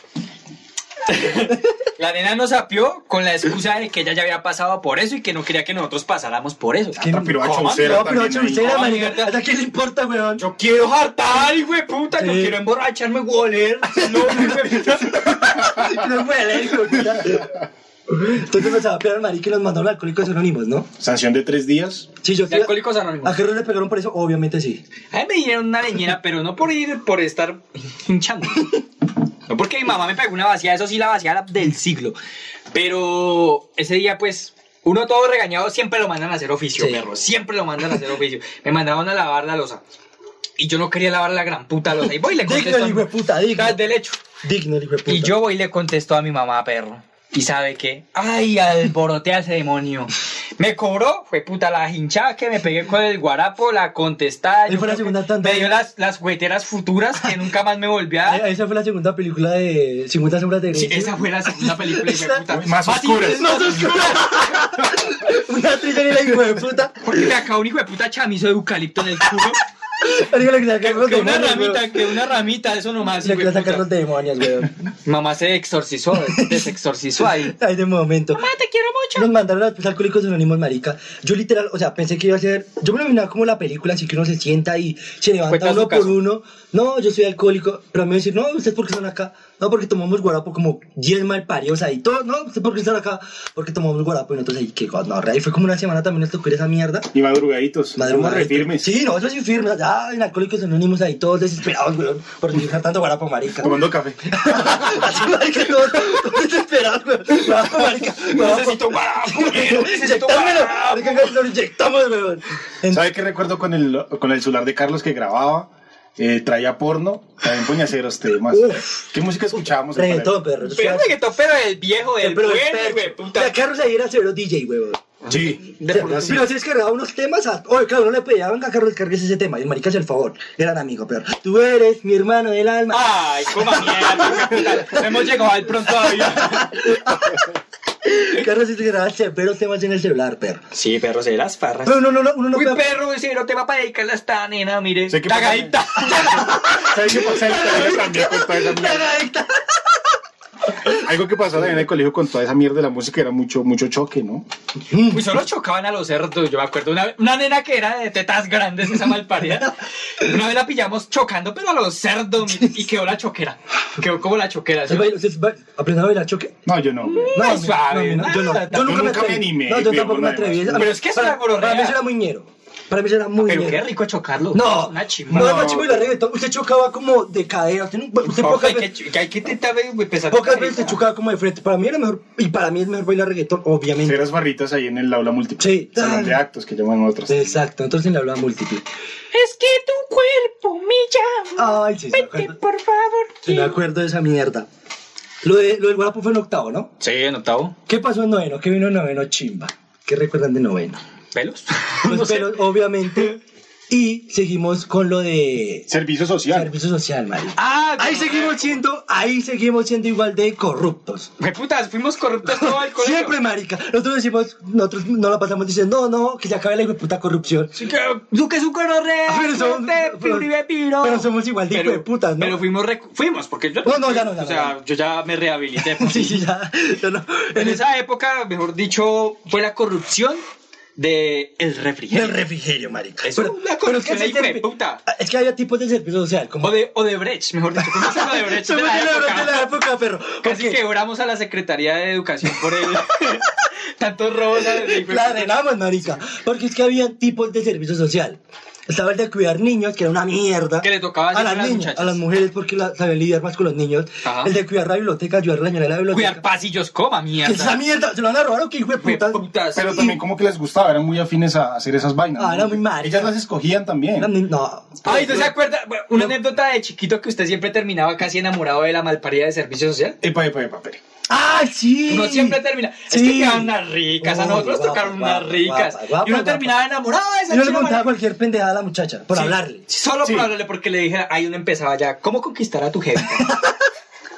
Speaker 3: [laughs] La nena nos apió con la excusa de que ella ya había pasado por eso y que no quería que nosotros pasáramos por eso.
Speaker 2: ¿Qué
Speaker 4: Otra piroa
Speaker 3: ¿Cómo?
Speaker 4: chaucera
Speaker 2: No, pero
Speaker 4: también ahí.
Speaker 2: chucera,
Speaker 3: No,
Speaker 2: marica.
Speaker 3: mierda.
Speaker 2: ¿A quién le importa, weón?
Speaker 3: Yo quiero hartar, hijo de puta. Yo
Speaker 2: Sí.
Speaker 3: quiero emborracharme,
Speaker 2: [laughs]
Speaker 3: goler. No, hijo de puta.
Speaker 2: No fue alérgico, mira. Entonces nos sapearon, marica, y nos mandaron a alcohólicos anónimos, ¿no?
Speaker 4: Sanción de tres días.
Speaker 2: Sí, yo
Speaker 3: De Alcohólicos Anónimos.
Speaker 2: ¿A Gerardo le pegaron por eso? Obviamente sí.
Speaker 3: A mí me dieron una leñera, pero no por ir, por estar [laughs] hinchando. No porque mi mamá me pegó una vacía, eso sí, la vacía la- del siglo. Pero ese día, pues, uno todo regañado, siempre lo mandan a hacer oficio,
Speaker 2: Sí.
Speaker 3: perro. Siempre lo mandan a hacer oficio. Me mandaban a lavar la losa. Y yo no quería lavar la gran puta losa. Y voy y le
Speaker 2: Digno
Speaker 3: contesto.
Speaker 2: el
Speaker 3: a mi-
Speaker 2: hijo de puta, digno.
Speaker 3: Ah, del hecho.
Speaker 2: Digno el hijo de puta.
Speaker 3: Y yo voy y le contesto a mi mamá, perro. ¿Y sabe qué? ¡Ay, alborotea ese demonio! Me cobró, fue puta, la hinchada que me pegué con el guarapo, la contestada.
Speaker 2: Ahí
Speaker 3: yo
Speaker 2: fue la
Speaker 3: creo
Speaker 2: segunda
Speaker 3: que
Speaker 2: tanda.
Speaker 3: Me dio las, las jugueteras futuras que nunca más me volví a...
Speaker 2: Ah, Esa fue la segunda película de 50 sombras de
Speaker 3: Sí,
Speaker 2: Grey.
Speaker 3: esa fue la segunda película, hijo de puta.
Speaker 4: Pues, Más oscuras.
Speaker 3: in- Más oscuras.
Speaker 2: [laughs] Una triste y la hijo de puta.
Speaker 3: Porque me acabó un hijo de puta chamizo de eucalipto en
Speaker 2: [laughs]
Speaker 3: el culo.
Speaker 2: Marica, le sacaron los
Speaker 3: que una
Speaker 2: demonios,
Speaker 3: ramita,
Speaker 2: weón.
Speaker 3: que una ramita, eso nomás,
Speaker 2: Le
Speaker 3: hijo de
Speaker 2: quería sacar los
Speaker 3: puta.
Speaker 2: demonios, weón.
Speaker 3: Mamá se exorcizó, desexorcizó ahí.
Speaker 2: [laughs] Ay, de momento.
Speaker 3: Mamá, te quiero mucho.
Speaker 2: Nos mandaron a los alcohólicos anónimos, marica. Yo literal, o sea, pensé que iba a ser. Yo me lo imaginaba como la película, así que uno se sienta y se levanta
Speaker 3: Cuenta su
Speaker 2: uno por
Speaker 3: caso.
Speaker 2: uno. No, yo soy alcohólico. Pero a mí me dicen, no, ¿ustedes por qué están acá? No, porque tomamos guarapo como 10 malparidos ahí. Todos, no, ¿ustedes por qué están acá? Porque tomamos guarapo y nosotros ahí, qué gonorrea. Y fue como una semana también nos tocó ir a esa mierda.
Speaker 4: Y madrugaditos.
Speaker 2: Madrugada.
Speaker 4: Somos refirmes.
Speaker 2: Sí, no, eso sí firmes. Ah, en Alcohólicos Anónimos ahí todos desesperados, weón. Por utilizar tanto guarapo, marica.
Speaker 4: Tomando [laughs] café.
Speaker 2: [laughs] Así, marica, todos todos desesperados, weón. Guarapo, marica. guarapo.
Speaker 3: Necesito guarapo, [laughs] necesito
Speaker 2: Inyectámelo. Marica, que lo inyectamos, weón. En-
Speaker 4: ¿Sabe qué recuerdo con el, con el celular de Carlos que grababa? Eh, traía porno, también puñaceros temas.
Speaker 2: Uf.
Speaker 4: ¿Qué música escuchábamos?
Speaker 2: Reggaetón, perro.
Speaker 3: Pero un reggaetón, pero el viejo, del
Speaker 2: Pero
Speaker 3: bueno,
Speaker 2: experto.
Speaker 3: güey,
Speaker 2: O sea,
Speaker 3: puta.
Speaker 2: Carlos ahí era cero DJ, weón.
Speaker 4: Sí.
Speaker 3: De
Speaker 2: O
Speaker 3: pronto,
Speaker 2: sea, Pero si es que regaba unos temas a... Oye, claro, no le pedía, venga, Carlos, cargues ese tema. Y el marica hace el favor. Eran amigos, pero... Tú eres mi hermano del alma.
Speaker 3: Ay, coma mierda, capital. Hemos llegado al pronto todavía.
Speaker 2: Carlos dice que grababa severos temas en el celular, perro.
Speaker 3: Sí, perro, se las farras.
Speaker 2: Pero no, no, no, uno no
Speaker 3: Uy,
Speaker 2: puede-
Speaker 3: perro, ese no te va para dedicarla a esta nena, mire.
Speaker 4: Sé que pasa-
Speaker 3: Cagadita.
Speaker 2: [laughs]
Speaker 4: ¿Sabes qué pasa? Yo [laughs] también con toda esa mierda.
Speaker 2: Cagadita.
Speaker 4: Algo que pasaba en el colegio con toda esa mierda de la música era mucho, mucho choque, ¿no?
Speaker 3: Uy, solo chocaban a los cerdos, yo me acuerdo. Una, una nena que era de tetas grandes,
Speaker 2: [laughs]
Speaker 3: esa malparida. Una vez la pillamos chocando, pero a los cerdos, mi- y quedó la choquera. Quedó como la choquera. ¿sí?
Speaker 2: ¿Ustedes bailan- ustedes ba- ¿Aprendieron a bailar choque?
Speaker 4: No, yo no. güey.
Speaker 3: Ay,
Speaker 2: mi-
Speaker 3: suave,
Speaker 2: mi- yo, no.
Speaker 3: nada,
Speaker 2: yo nunca
Speaker 4: yo
Speaker 2: me
Speaker 4: nunca me
Speaker 2: atreví.
Speaker 4: animé,
Speaker 2: no, yo tampoco
Speaker 4: weón,
Speaker 2: me atreví.
Speaker 4: además.
Speaker 2: A mí-
Speaker 3: Pero es que es
Speaker 2: para,
Speaker 3: una gonorrea.
Speaker 2: para mí eso era muy ñero. Para mí eso era muy
Speaker 3: Pero
Speaker 2: ñero.
Speaker 3: qué rico chocarlo.
Speaker 2: No,
Speaker 3: una chimba.
Speaker 2: no,
Speaker 4: No.
Speaker 2: no, chico, y la reggaetón. Usted chocaba como de cadera. Usted, no- usted
Speaker 3: Por favor,
Speaker 2: pocas
Speaker 3: hay que
Speaker 2: veces,
Speaker 3: ch- que hay que intentar eh, empezar.
Speaker 2: pocas veces se chocaba como de frente. Para mí era mejor, y para mí es mejor bailar reggaetón, obviamente.
Speaker 4: Ceras barritas ahí en el aula múltiple.
Speaker 2: Sí.
Speaker 4: Salón de actos que llaman otras.
Speaker 2: Exacto, entonces le hablaba múltiple.
Speaker 1: Es que tu cuerpo me llama.
Speaker 2: Ay, Ah, sí, se me
Speaker 1: Vete,
Speaker 2: acuerdo.
Speaker 1: por favor.
Speaker 2: Sí, me acuerdo de esa mierda. Lo, de, lo del guapo fue en octavo, ¿no?
Speaker 3: Sí, en octavo.
Speaker 2: ¿Qué pasó en noveno? ¿Qué vino en noveno? Chimba. ¿Qué recuerdan de noveno? [laughs]
Speaker 3: ¿Pelos?
Speaker 2: Los
Speaker 3: No sé.
Speaker 2: Pues pelos, obviamente. Y seguimos con lo de
Speaker 4: Servicio social.
Speaker 2: servicio social, Mario.
Speaker 3: Ah,
Speaker 2: Ahí seguimos siendo, ahí seguimos siendo igual de corruptos.
Speaker 3: Me putas, fuimos corruptos todo el colegio.
Speaker 2: Siempre, marica. Nosotros decimos, nosotros no la pasamos diciendo, no, no, que se acabe la puta corrupción.
Speaker 3: Sí, que, tú que es un cororrea,
Speaker 2: Ah, pero somos-
Speaker 3: fuerte,
Speaker 2: pero-
Speaker 3: pibre, piro.
Speaker 2: pero somos igual de
Speaker 3: Pero-
Speaker 2: hijueputas, ¿no?
Speaker 3: Pero fuimos, recu- fuimos, porque yo...
Speaker 2: No, no, ya no, ya
Speaker 3: o
Speaker 2: no,
Speaker 3: sea,
Speaker 2: ya no.
Speaker 3: yo ya me rehabilité.
Speaker 2: [laughs]
Speaker 3: pues.
Speaker 2: Sí, sí, ya. yo no-
Speaker 3: En esa época, mejor dicho, fue la corrupción de el
Speaker 2: Del
Speaker 3: refrigerio.
Speaker 2: refrigerio, marica.
Speaker 3: Eso, la corrupción
Speaker 2: es que
Speaker 3: de
Speaker 2: ese servi-
Speaker 3: hijueputa.
Speaker 2: Ah, Es que había tipos de servicio social. Como
Speaker 3: O de, o de Brecht, mejor dicho. Fuimos a la
Speaker 2: [laughs]
Speaker 3: de Brecht de
Speaker 2: Somos
Speaker 3: la
Speaker 2: de la,
Speaker 3: época.
Speaker 2: de la época, perro.
Speaker 3: Casi
Speaker 2: Porque
Speaker 3: quebramos a la Secretaría de Educación por el... [laughs] tantos robos a de
Speaker 2: la arreglamos, marica. Porque es que había tipos de servicio social. Estaba el de cuidar niños, que era una mierda.
Speaker 3: Que le tocaba
Speaker 2: a
Speaker 3: siempre
Speaker 2: las,
Speaker 3: a las
Speaker 2: niñas,
Speaker 3: muchachas.
Speaker 2: a las mujeres, porque la, sabían lidiar más con los niños.
Speaker 3: Ajá.
Speaker 2: El de cuidar la biblioteca, ayudar a la señora de la biblioteca.
Speaker 3: Cuidar pasillos, coma
Speaker 2: ¿Qué es esa
Speaker 3: mierda.
Speaker 2: mierda? ¿Se lo van a robar o qué hijo de putas?
Speaker 3: Hijueputas.
Speaker 4: Pero también como que les gustaba, eran muy afines a hacer esas vainas.
Speaker 2: Ah,
Speaker 4: ¿no?
Speaker 2: era muy marica.
Speaker 4: Ellas las escogían también.
Speaker 2: No, Pues, no.
Speaker 3: Ay, ¿no se acuerda? Bueno, Una anécdota de chiquito que usted siempre terminaba casi enamorado de la malparida de servicio social.
Speaker 4: Epa, epa, epa, espere.
Speaker 2: ¡Ah, sí!
Speaker 3: Uno siempre termina. Es que
Speaker 2: Sí.
Speaker 3: quedaban unas ricas, a
Speaker 2: Uy,
Speaker 3: nosotros
Speaker 2: guapa,
Speaker 3: tocaron unas
Speaker 2: guapa,
Speaker 3: ricas.
Speaker 2: guapa, guapa,
Speaker 3: y uno
Speaker 2: guapa.
Speaker 3: terminaba enamorado de esa
Speaker 2: Yo le
Speaker 3: china
Speaker 2: contaba
Speaker 3: mala-
Speaker 2: cualquier pendejada a la muchacha, por
Speaker 3: Sí,
Speaker 2: hablarle.
Speaker 3: sí, Solo
Speaker 4: Sí.
Speaker 3: por hablarle, porque le dije, ahí uno empezaba ya, ¿cómo conquistar a
Speaker 2: [laughs]
Speaker 3: tu jefe?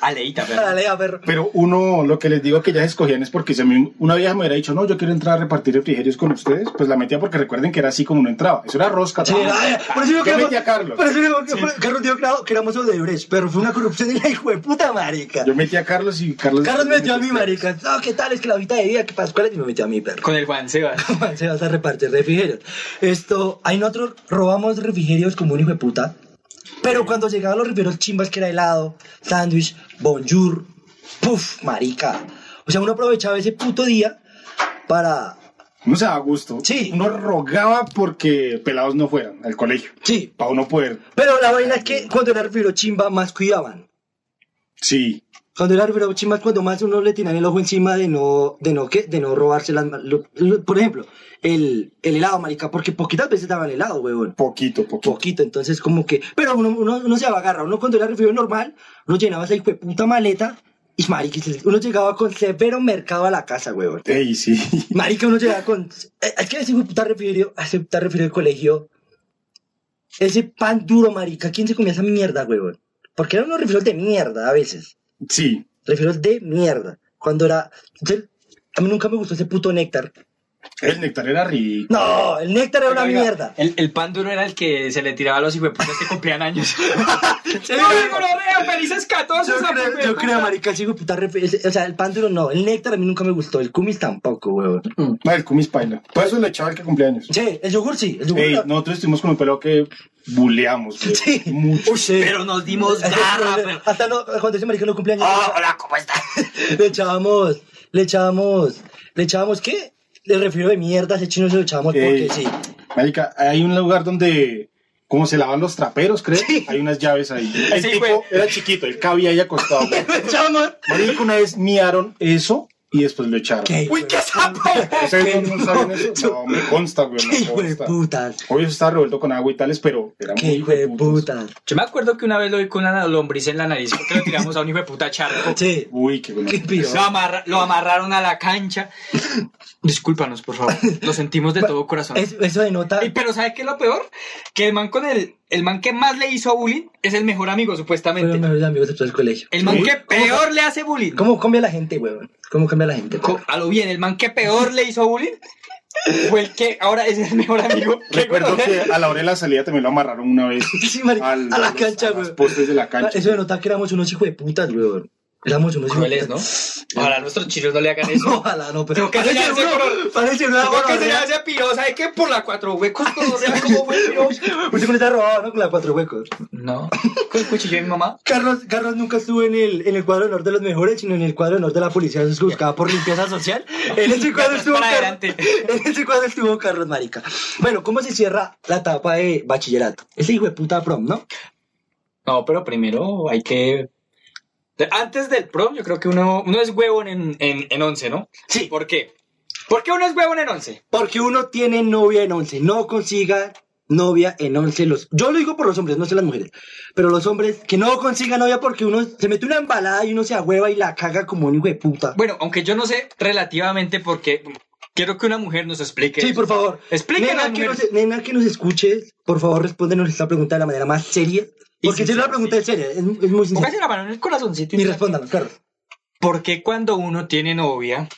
Speaker 3: Aleita, pero.
Speaker 2: Dale, a ver.
Speaker 4: Pero uno, lo que les digo que ellas escogían es porque si a mí una vieja me hubiera dicho, no, yo quiero entrar a repartir refrigerios con ustedes, pues la metía porque recuerden que era así como no entraba. Eso era rosca.
Speaker 2: Sí,
Speaker 4: tal.
Speaker 2: ay, por eso digo que
Speaker 4: yo
Speaker 2: éramos-
Speaker 4: metí a Carlos.
Speaker 2: Por eso digo que por- Carlos dijo claro, que éramos Odebrecht, pero fue una corrupción de la hijo de puta marica.
Speaker 4: Yo metí a Carlos y Carlos...
Speaker 2: Carlos me metió a mí, marica. No, ¿qué tal? Es que la vida de vida que para escuela y me metió a mí, perro.
Speaker 3: Con el Juan Sebas.
Speaker 2: Se vas a repartir refrigerios. Esto, ahí nosotros robamos refrigerios como un hijo de puta. Pero cuando llegaban los refrigerios chimbas, que era helado, sándwich, bonjour, puff, marica. O sea, uno aprovechaba ese puto día para.
Speaker 4: No se daba gusto.
Speaker 2: Sí.
Speaker 4: Uno rogaba porque pelados no fueran al colegio.
Speaker 2: Sí.
Speaker 4: Para uno poder...
Speaker 2: Pero la vaina es que cuando era refrigerio chimba, más cuidaban.
Speaker 4: Sí.
Speaker 2: Cuando era refrigerio chimba, es cuando más uno le tenían el ojo encima de no, de no, ¿qué? De no robarse las. ma- lo- lo- por ejemplo, el, el helado, marica, porque poquitas veces daban helado, huevón.
Speaker 4: Poquito, poquito.
Speaker 2: poquito, entonces como que, pero uno, uno, uno se agarra, uno cuando era refugio normal, uno llenaba esa hijo puta maleta y marica, se- uno llegaba con severo mercado a la casa, huevón.
Speaker 4: Ey, sí. [laughs]
Speaker 2: Marica, uno llegaba con, eh, es que ese hijo puta refrigerio, ese puta refrigerio de colegio, ese pan duro, marica, ¿quién se comía esa mierda, huevón? Porque eran unos refrigerios de mierda a veces,
Speaker 4: Sí.
Speaker 2: refrigerios de mierda, cuando era, yo- a mí nunca me gustó ese puto néctar,
Speaker 4: El nectar era rico.
Speaker 2: no, el néctar era [laughs] una
Speaker 3: Oiga,
Speaker 2: mierda.
Speaker 3: El, el pan duro era el que se le tiraba a los hijueputas que
Speaker 2: [laughs]
Speaker 3: cumplían años. [laughs]
Speaker 2: Sí,
Speaker 3: ¡No,
Speaker 2: huevón.
Speaker 3: gonorrea, ¡Felices 14!
Speaker 2: Yo
Speaker 3: esa
Speaker 2: creo, yo
Speaker 3: hijueputa.
Speaker 2: creo, marica, sí, hijo de puta refe- ese- O sea, el pan duro no, el néctar a mí nunca me gustó, el kumis tampoco, weón.
Speaker 4: No, el cumis paila. Todo eso le echaba el que cumpleaños.
Speaker 2: Sí, el yogur sí, el yogur.
Speaker 4: Ey,
Speaker 2: no.
Speaker 4: nosotros estuvimos con un pelado que buleamos, güey.
Speaker 2: Sí.
Speaker 4: Mucho.
Speaker 2: Uy, sí.
Speaker 3: Pero nos dimos
Speaker 2: [laughs]
Speaker 3: garra, pero...
Speaker 2: Hasta no, cuando ese marica no cumpleaños,
Speaker 3: Oh, hola, ¿cómo estás?
Speaker 2: [laughs] le echábamos, le echábamos, le echábamos, ¿qué? Le refiero de mierda, ese chino se lo echábamos
Speaker 4: Ey,
Speaker 2: porque
Speaker 3: [laughs]
Speaker 2: sí.
Speaker 4: Marica, hay un lugar donde como se lavan los traperos, creo. Hay unas llaves ahí. El
Speaker 3: Sí,
Speaker 4: tipo
Speaker 3: güey.
Speaker 2: [laughs]
Speaker 4: era chiquito, él cabía ahí acostado.
Speaker 2: Le echábamos.
Speaker 4: Marica, una vez miaron eso y después lo echaron.
Speaker 2: ¿Qué?
Speaker 3: ¡Uy, qué sapo!
Speaker 4: ¿Ustedes no saben eso? No, me consta, güey.
Speaker 2: ¡Qué
Speaker 4: Me
Speaker 2: hijo de
Speaker 4: consta.
Speaker 2: putas!
Speaker 4: Obvio se estaba revuelto con agua y tales, pero era
Speaker 2: ¡Qué
Speaker 4: muy
Speaker 2: hijo de
Speaker 4: hijueputas.
Speaker 2: putas!
Speaker 3: Yo me acuerdo que una vez lo vi con una lombriz en la nariz porque lo tiramos a un hijo de puta charco.
Speaker 2: Sí,
Speaker 4: Uy, qué bueno.
Speaker 2: qué piro.
Speaker 3: Lo, amarra- lo amarraron a la cancha. Discúlpanos, por favor. Lo sentimos de todo corazón.
Speaker 2: Es- eso denota.
Speaker 3: Y, pero ¿sabes qué es lo peor? Que el man con el, el man que más le hizo a bullying es el mejor amigo,
Speaker 2: Fueron
Speaker 3: supuestamente.
Speaker 2: mejores amigos de todo el colegio.
Speaker 3: El man
Speaker 4: ¿Sí?
Speaker 3: que peor le hace bullying.
Speaker 2: ¿Cómo cambia la gente, weón? ¿Cómo cambia la gente?
Speaker 3: Co- A lo bien, el man que peor le hizo bullying fue el que ahora es el mejor amigo. Qué
Speaker 4: Recuerdo
Speaker 3: bueno,
Speaker 4: que
Speaker 3: ¿eh?
Speaker 4: a la hora de la salida también lo amarraron una vez.
Speaker 2: [laughs] Sí, marica,
Speaker 4: al-
Speaker 2: a la
Speaker 4: los-
Speaker 2: cancha,
Speaker 4: a las
Speaker 2: weón.
Speaker 4: postes de la cancha.
Speaker 2: Ah, Eso denota que éramos unos hijos de putas, weón. Éramos unos hijos de
Speaker 3: Crueles, ¿no?
Speaker 2: putas.
Speaker 3: Ojalá a nuestros chinos no le hagan eso.
Speaker 2: [laughs] Ojalá no, pero.
Speaker 3: Tengo que
Speaker 2: Parece
Speaker 3: enseñar ese
Speaker 2: uno,
Speaker 3: color.
Speaker 2: parece una
Speaker 3: Tengo Ah, que se
Speaker 2: gonorrea.
Speaker 3: hace piro, ¿sabes qué? Por la cuatro huecos, [laughs] todo real, ¿cómo fue el piro?
Speaker 2: Usted con está robado, ¿no? Con la cuatro huecos.
Speaker 3: No, con el cuchillo de mi mamá.
Speaker 2: Carlos, Carlos nunca estuvo en el, en el cuadro de honor de los mejores, sino en el cuadro de honor de la policía que se buscaba por limpieza
Speaker 3: [laughs]
Speaker 2: social. En ese cuadro
Speaker 3: atrás
Speaker 2: estuvo
Speaker 3: para
Speaker 2: Carlos.
Speaker 3: adelante.
Speaker 2: [laughs] En ese cuadro estuvo Carlos Marica. Bueno, ¿cómo se cierra la etapa de bachillerato? Ese hijo de puta prom, ¿no?
Speaker 3: No, pero primero hay que. Antes del prom, yo creo que uno, uno es huevón en, en, en once, ¿no?
Speaker 2: Sí.
Speaker 3: ¿Por qué? ¿Por qué uno es huevón en once?
Speaker 2: Porque uno tiene novia en once. No consiga novia en once. Los... Yo lo digo por los hombres, no sé las mujeres. Pero los hombres que no consigan novia porque uno se mete una embalada y uno se ahueva y la caga como un hijo de puta.
Speaker 3: Bueno, aunque yo no sé relativamente porque quiero que una mujer nos explique.
Speaker 2: Sí, por favor.
Speaker 3: Explíquenos,
Speaker 2: Nena que,
Speaker 3: mujeres.
Speaker 2: nos, nena que nos escuches, por favor, respóndenos esta pregunta de la manera más seria.
Speaker 3: Y
Speaker 2: Porque si
Speaker 3: sincera,
Speaker 2: la pregunta es seria, es, es muy sincera.
Speaker 3: Póngase la mano en el corazoncito
Speaker 2: Y respóndanos, claro.
Speaker 3: ¿Por qué cuando uno tiene novia,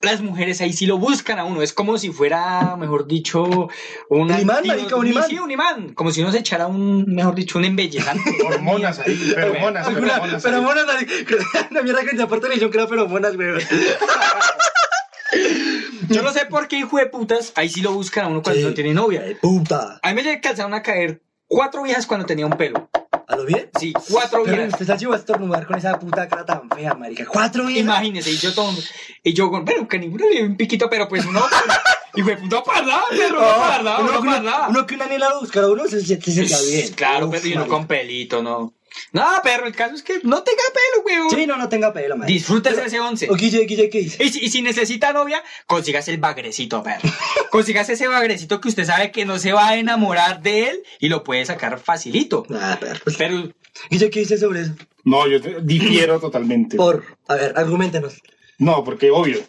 Speaker 3: las mujeres ahí sí lo buscan a uno? Es como si fuera, mejor dicho, un
Speaker 2: Un imán,
Speaker 3: anti-
Speaker 2: marica, un imán.
Speaker 3: Sí, un imán. Como si uno se echara un, mejor dicho, un embellezante.
Speaker 4: [laughs] Hormonas ahí, feromonas,
Speaker 2: Alguna,
Speaker 4: feromonas.
Speaker 2: pero
Speaker 4: ahí.
Speaker 2: monas, la [laughs] mierda que te aporta ni yo creo, pero monas, weón.
Speaker 3: Yo no sé por qué, hijo de putas, ahí sí lo buscan a uno cuando
Speaker 2: Sí.
Speaker 3: no tiene novia.
Speaker 2: Puta.
Speaker 3: A mí me alcanzaron a caer cuatro viejas cuando tenía un pelo.
Speaker 2: ¿A lo bien?
Speaker 3: Sí, cuatro
Speaker 2: Pero
Speaker 3: viejas.
Speaker 2: usted se llevó a estornudar con esa puta cara tan fea, marica. Cuatro viejas.
Speaker 3: Imagínese, y yo todo. Y yo, bueno, que ninguno le dio un piquito, pero pues no. [laughs] Hijo de puta, parlaba, perro, no
Speaker 2: Oh,
Speaker 3: parlaba,
Speaker 2: uno,
Speaker 3: no
Speaker 2: que una-
Speaker 3: parlaba.
Speaker 2: uno que una nena lo buscara a uno se se- se sentía bien.
Speaker 3: Claro,
Speaker 2: Uf,
Speaker 3: pero yo no
Speaker 2: marica.
Speaker 3: con pelito, no. No, perro, el caso es que no tenga pelo, weón.
Speaker 2: Sí, no, no tenga pelo, marica.
Speaker 3: Disfrútese ese once.
Speaker 2: O Guille, Guille, ¿qué dice?
Speaker 3: Y si, y si necesita novia, consigas el
Speaker 2: [laughs]
Speaker 3: bagrecito, perro. Consigas ese bagrecito que usted sabe que no se va a enamorar de él y lo puede sacar facilito.
Speaker 2: Nada, perro.
Speaker 3: Pero
Speaker 2: Guille, ¿qué dice sobre eso?
Speaker 4: No, yo te- difiero totalmente.
Speaker 2: Por, a ver, argumentenos.
Speaker 4: No, porque obvio,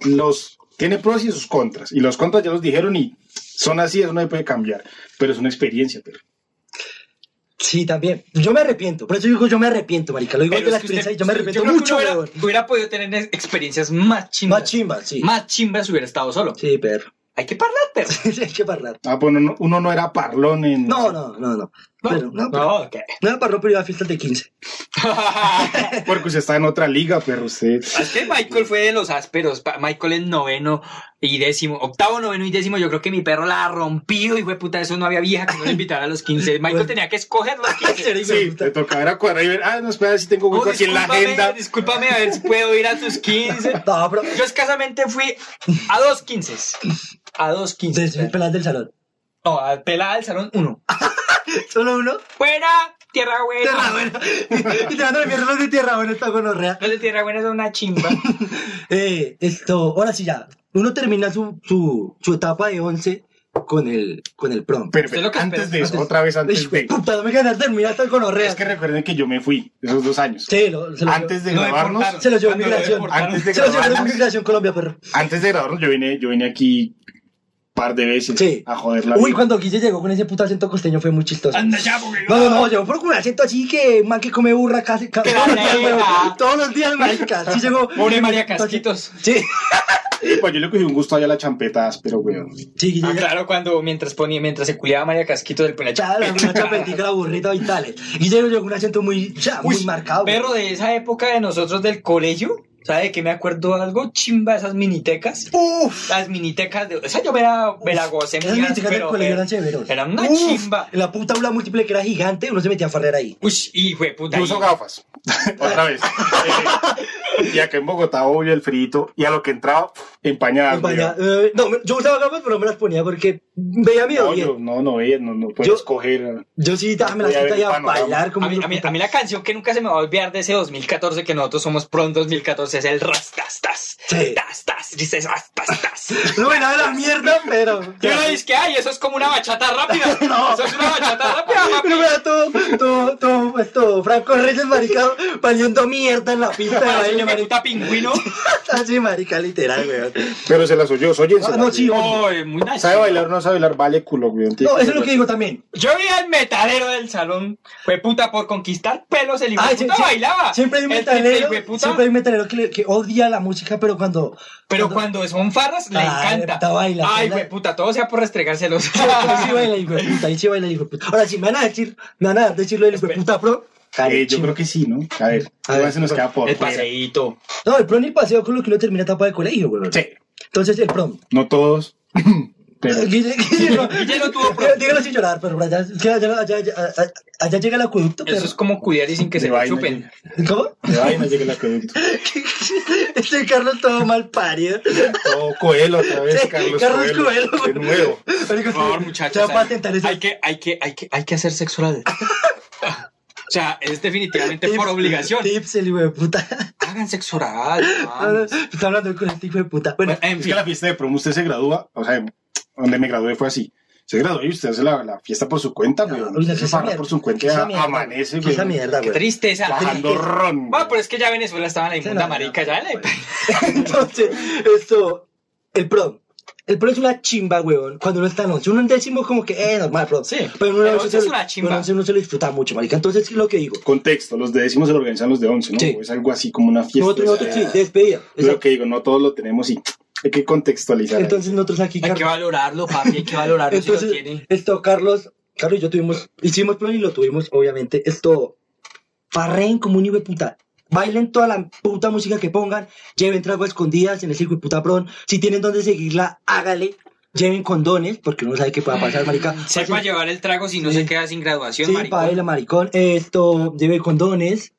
Speaker 4: los tiene pros y sus contras. Y los contras ya los dijeron y son así, eso no se puede cambiar. Pero es una experiencia, pero.
Speaker 2: Sí, también. Yo me arrepiento. Por eso digo, yo me arrepiento, marica. Lo digo
Speaker 3: Pero
Speaker 2: de la
Speaker 3: es que usted-
Speaker 2: experiencia y yo me arrepiento
Speaker 3: creo que
Speaker 2: mucho,
Speaker 3: uno hubiera,
Speaker 2: weón.
Speaker 3: hubiera podido tener ex- experiencias más chimbas.
Speaker 2: Más chimba, sí.
Speaker 3: Más chimbas hubiera estado solo.
Speaker 2: Sí, perro. [laughs]
Speaker 3: Hay que parlar, perro.
Speaker 2: Sí, Hay que parlar.
Speaker 4: Ah, pues uno, uno no era parlón en.
Speaker 2: No, no, no, no.
Speaker 3: No,
Speaker 2: Pero, no, pero-
Speaker 3: no, ok.
Speaker 2: no era parrón, pero iba a fiestas de 15.
Speaker 3: [laughs]
Speaker 4: Porque usted está en otra liga, pero usted.
Speaker 3: Es que Michael fue de los ásperos. Pa- Michael es noveno y décimo. Octavo, noveno y décimo. Yo creo que mi perro la ha rompido. Y fue puta, eso no había vieja que no le invitara a los 15.
Speaker 2: Bueno.
Speaker 3: Michael tenía que escoger los 15.
Speaker 4: Sí, te tocaba era cuadrar y ver. Ah, no, espera, si tengo hueco
Speaker 3: Oh,
Speaker 4: aquí en la
Speaker 3: discúlpame,
Speaker 4: agenda.
Speaker 3: Discúlpame, a ver si puedo ir a tus 15.
Speaker 2: No,
Speaker 3: [laughs]
Speaker 2: pero.
Speaker 3: Yo escasamente fui a dos 15. A dos 15.
Speaker 2: Desde el pelado del salón.
Speaker 3: No, a pelada del salón uno.
Speaker 2: Solo uno.
Speaker 3: Fuera, [laughs] tierra buena.
Speaker 2: Tierra buena. [laughs] y te van a mierda los de tierra buena, esta gonorrea.
Speaker 3: Los de tierra buena son una chimba.
Speaker 2: Eh, esto, ahora sí ya. Uno termina su, su, su etapa de 11 con el, con el prom.
Speaker 4: Pero,
Speaker 3: Usted lo que
Speaker 4: antes
Speaker 3: espera.
Speaker 4: de eso, otra vez antes
Speaker 2: Hijo de
Speaker 4: de.
Speaker 2: puta, no me ganas terminar tal gonorrea.
Speaker 4: Es que recuerden que yo me fui esos dos años.
Speaker 2: Sí, lo, se lo
Speaker 4: Antes de
Speaker 3: Lo
Speaker 4: grabarnos.
Speaker 3: deportaron.
Speaker 2: Se lo llevó
Speaker 3: Cuando
Speaker 2: migración.
Speaker 3: deportaron.
Speaker 4: Antes de
Speaker 2: Se lo llevaron en
Speaker 4: grabarnos.
Speaker 2: migración Colombia, perro.
Speaker 4: Antes de grabarnos, yo vine, yo vine aquí par de veces
Speaker 2: Sí.
Speaker 4: a joder la
Speaker 2: Uy,
Speaker 4: vida.
Speaker 2: cuando Guille llegó con ese puto acento costeño fue muy chistoso.
Speaker 3: Anda ya, porque
Speaker 2: No, no, no, llegó por con un acento así que man que come burra casi, casi
Speaker 3: Que
Speaker 2: todos, los días,
Speaker 3: nena.
Speaker 2: weón. [laughs] todos los días, marica. Sí llegó.
Speaker 3: Pobre María Casquitos.
Speaker 2: Sí,
Speaker 4: Eh, pues yo le cogí un gusto allá a la champeta pero weón.
Speaker 2: sí, Guille.
Speaker 3: Ah, claro, cuando mientras ponía, mientras se cuidaba María Casquitos del pelacho.
Speaker 2: Claro, una chapetica, la burrita y tales. Guille llegó con un acento muy, ya, muy marcado.
Speaker 3: Perro de esa época de nosotros del colegio, ¿sabe que me acuerdo algo? Chimba esas minitecas.
Speaker 2: Uf,
Speaker 3: Las minitecas de. O sea, yo me la, me la gocé,
Speaker 2: esas
Speaker 3: mi
Speaker 2: míticas del
Speaker 3: pero
Speaker 2: colegio
Speaker 3: era-
Speaker 2: eran severos.
Speaker 3: era una
Speaker 2: Uf,
Speaker 3: chimba.
Speaker 2: La puta aula múltiple que era gigante, uno se metía a farrear ahí.
Speaker 3: Uy, y fue puta.
Speaker 4: Yo uso gafas. [laughs]
Speaker 2: [laughs]
Speaker 4: Otra vez. Eh, y acá en Bogotá, obvio, el frito. Y a lo que entraba, pf, empañada.
Speaker 2: Empañada.
Speaker 4: weón.
Speaker 2: Eh, no, me- yo usaba gafas, pues, pero me las ponía porque Veía mi
Speaker 4: No,
Speaker 2: bien.
Speaker 4: yo- no, no, ella no, no puedes
Speaker 2: Yo-
Speaker 4: escoger.
Speaker 2: Yo sí, dame la
Speaker 4: Voy a ver
Speaker 2: cita
Speaker 4: el
Speaker 2: y a
Speaker 4: panorama.
Speaker 2: bailar como
Speaker 3: A mí, a mí- a mí la canción que nunca se me va a olvidar de ese 2014, que nosotros somos pro en 2014, es el rastas, tas,
Speaker 2: Sí.
Speaker 3: tas, tas, dices rastas,
Speaker 2: [laughs]
Speaker 3: tas.
Speaker 2: No me da la mierda,
Speaker 3: [laughs]
Speaker 2: pero. [laughs]
Speaker 3: Y uno dice que, ay, eso es como una bachata rápida. No. Eso es una bachata
Speaker 2: [laughs]
Speaker 3: rápida, papi.
Speaker 2: Pero mira, todo, todo, pues, todo, esto, Franco Reyes, marica, valiendo mierda en la pista
Speaker 3: [laughs]
Speaker 2: de
Speaker 3: Parece
Speaker 2: baile,
Speaker 3: un
Speaker 2: marica. [laughs]
Speaker 3: puta pingüino.
Speaker 2: Así, marica, literal, weón.
Speaker 4: Pero se las oyó, oye.
Speaker 2: Ah, no, sí, oye.
Speaker 3: Ay, muy nice.
Speaker 4: ¿Sabe bailar o no sabe bailar? Vale, culo, güey.
Speaker 2: No, eso es lo que digo también.
Speaker 3: Yo vi al metalero del salón, fue puta, por conquistar pelos, el hijo
Speaker 2: Ay,
Speaker 3: puta
Speaker 2: sí, sí.
Speaker 3: bailaba.
Speaker 2: Siempre hay un
Speaker 3: El triple
Speaker 2: metalero,
Speaker 3: hijueputa,
Speaker 2: siempre hay un metalero que, le- que odia la música, pero cuando...
Speaker 3: Pero cuando son farras, le
Speaker 2: Ah, puta,
Speaker 3: encanta.
Speaker 2: baila,
Speaker 3: Ay,
Speaker 2: baila.
Speaker 3: güey, puta, todo sea por restregárselos.
Speaker 2: Ahí sí baila el hijo de puta, ahí sí baila el hijo de puta. Ahora, si me van a decir, me van a decir lo del hijo de puta pro...
Speaker 4: Eh, yo
Speaker 2: carechivo.
Speaker 4: creo que sí, ¿no? A ver,
Speaker 2: A
Speaker 4: a
Speaker 2: ver,
Speaker 4: ver si nos queda
Speaker 3: [laughs]
Speaker 4: por
Speaker 3: El
Speaker 4: fuera.
Speaker 3: paseíto.
Speaker 2: No, el prom ni el paseo con lo que uno termina etapa de colegio, weón.
Speaker 4: Sí,
Speaker 2: Entonces, el prom.
Speaker 4: no todos. [clears throat] Pero
Speaker 2: Guille, Guille no-
Speaker 3: [laughs] Guille no tuvo prom.
Speaker 2: Dígalo sin llorar, pero allá, es que allá, allá, allá- allá llega el acueducto, pero...
Speaker 3: Eso es como cuidar y sin que
Speaker 4: de
Speaker 3: se lo
Speaker 4: vaina
Speaker 3: chupen.
Speaker 2: ¿Cómo? [laughs]
Speaker 4: llega- De vaina llega el acueducto.
Speaker 2: Este Carlos todo mal parido.
Speaker 4: Oh, Coelho otra vez,
Speaker 2: Sí,
Speaker 4: Carlos,
Speaker 2: Carlos
Speaker 4: Coelho.
Speaker 2: Coelho.
Speaker 4: De nuevo.
Speaker 2: Marico,
Speaker 3: Por favor,
Speaker 2: sí,
Speaker 3: muchachos.
Speaker 2: Se va a
Speaker 3: o sea,
Speaker 2: patentar eso.
Speaker 3: Hay que, hay que, hay que, hay que hacer sexo oral. O sea, es definitivamente por obligación.
Speaker 2: Tips, el hijo de puta.
Speaker 3: Hagan sexo oral.
Speaker 2: [laughs]
Speaker 3: man.
Speaker 2: Está hablando con este hijo de puta. Bueno,
Speaker 3: Bueno, en
Speaker 4: Es
Speaker 3: fin.
Speaker 4: que la fiesta de promo usted se gradúa, o sea, donde me gradué fue así. Se graduó y usted hace la, la fiesta por su cuenta,
Speaker 2: No,
Speaker 4: güey.
Speaker 2: uy, no,
Speaker 4: se
Speaker 2: que esa
Speaker 4: farra
Speaker 2: mierda,
Speaker 4: por su
Speaker 2: que esa
Speaker 4: cuenta,
Speaker 2: mierda,
Speaker 4: amanece,
Speaker 2: que
Speaker 4: güey.
Speaker 2: pues esa mierda,
Speaker 3: eh, Qué
Speaker 2: güey.
Speaker 3: tristeza.
Speaker 2: [laughs]
Speaker 4: Bajando ron.
Speaker 3: Bueno, pero es que ya Venezuela estaba en la inmunda
Speaker 2: Sí, no,
Speaker 3: marica.
Speaker 2: no,
Speaker 3: Ya
Speaker 2: no,
Speaker 3: le...
Speaker 2: Entonces, esto, el prom. El prom es una chimba, weón. Cuando uno está en once. Uno en décimo como que, eh, normal, prom.
Speaker 3: Sí,
Speaker 2: Pero uno
Speaker 3: pero
Speaker 2: en once
Speaker 3: once
Speaker 2: se
Speaker 3: es
Speaker 2: lo-
Speaker 3: una chimba.
Speaker 2: pero en once uno se lo disfruta mucho, marica. Entonces, ¿qué es lo que digo?
Speaker 4: Contexto, los de décimo se lo organizan los de once, ¿no?
Speaker 2: Sí.
Speaker 4: Es algo así como una fiesta.
Speaker 2: Nosotros,
Speaker 4: o sea,
Speaker 2: nosotros sí,
Speaker 3: eh,
Speaker 2: despedida.
Speaker 4: es lo que digo, no todos lo tenemos y hay que contextualizar. ahí.
Speaker 2: Entonces, nosotros aquí,
Speaker 3: Hay
Speaker 2: Carlos-
Speaker 3: que valorarlo, papi. Hay que valorarlo si
Speaker 2: Entonces,
Speaker 3: lo tiene.
Speaker 2: esto, Carlos, Carlos y yo tuvimos, hicimos plan y lo tuvimos, obviamente. Esto, parreen como un hijo de puta. Bailen toda la puta música que pongan, lleven trago a escondidas en el circo de puta pron. Si tienen donde seguirla, hágale. Lleven condones, porque uno sabe qué pueda pasar, marica.
Speaker 3: Mm, Sepa
Speaker 2: Pasen-
Speaker 3: llevar el trago si no
Speaker 2: Sí.
Speaker 3: se queda sin graduación,
Speaker 2: Sí,
Speaker 3: maricón.
Speaker 2: baila, maricón. Esto, lleve condones.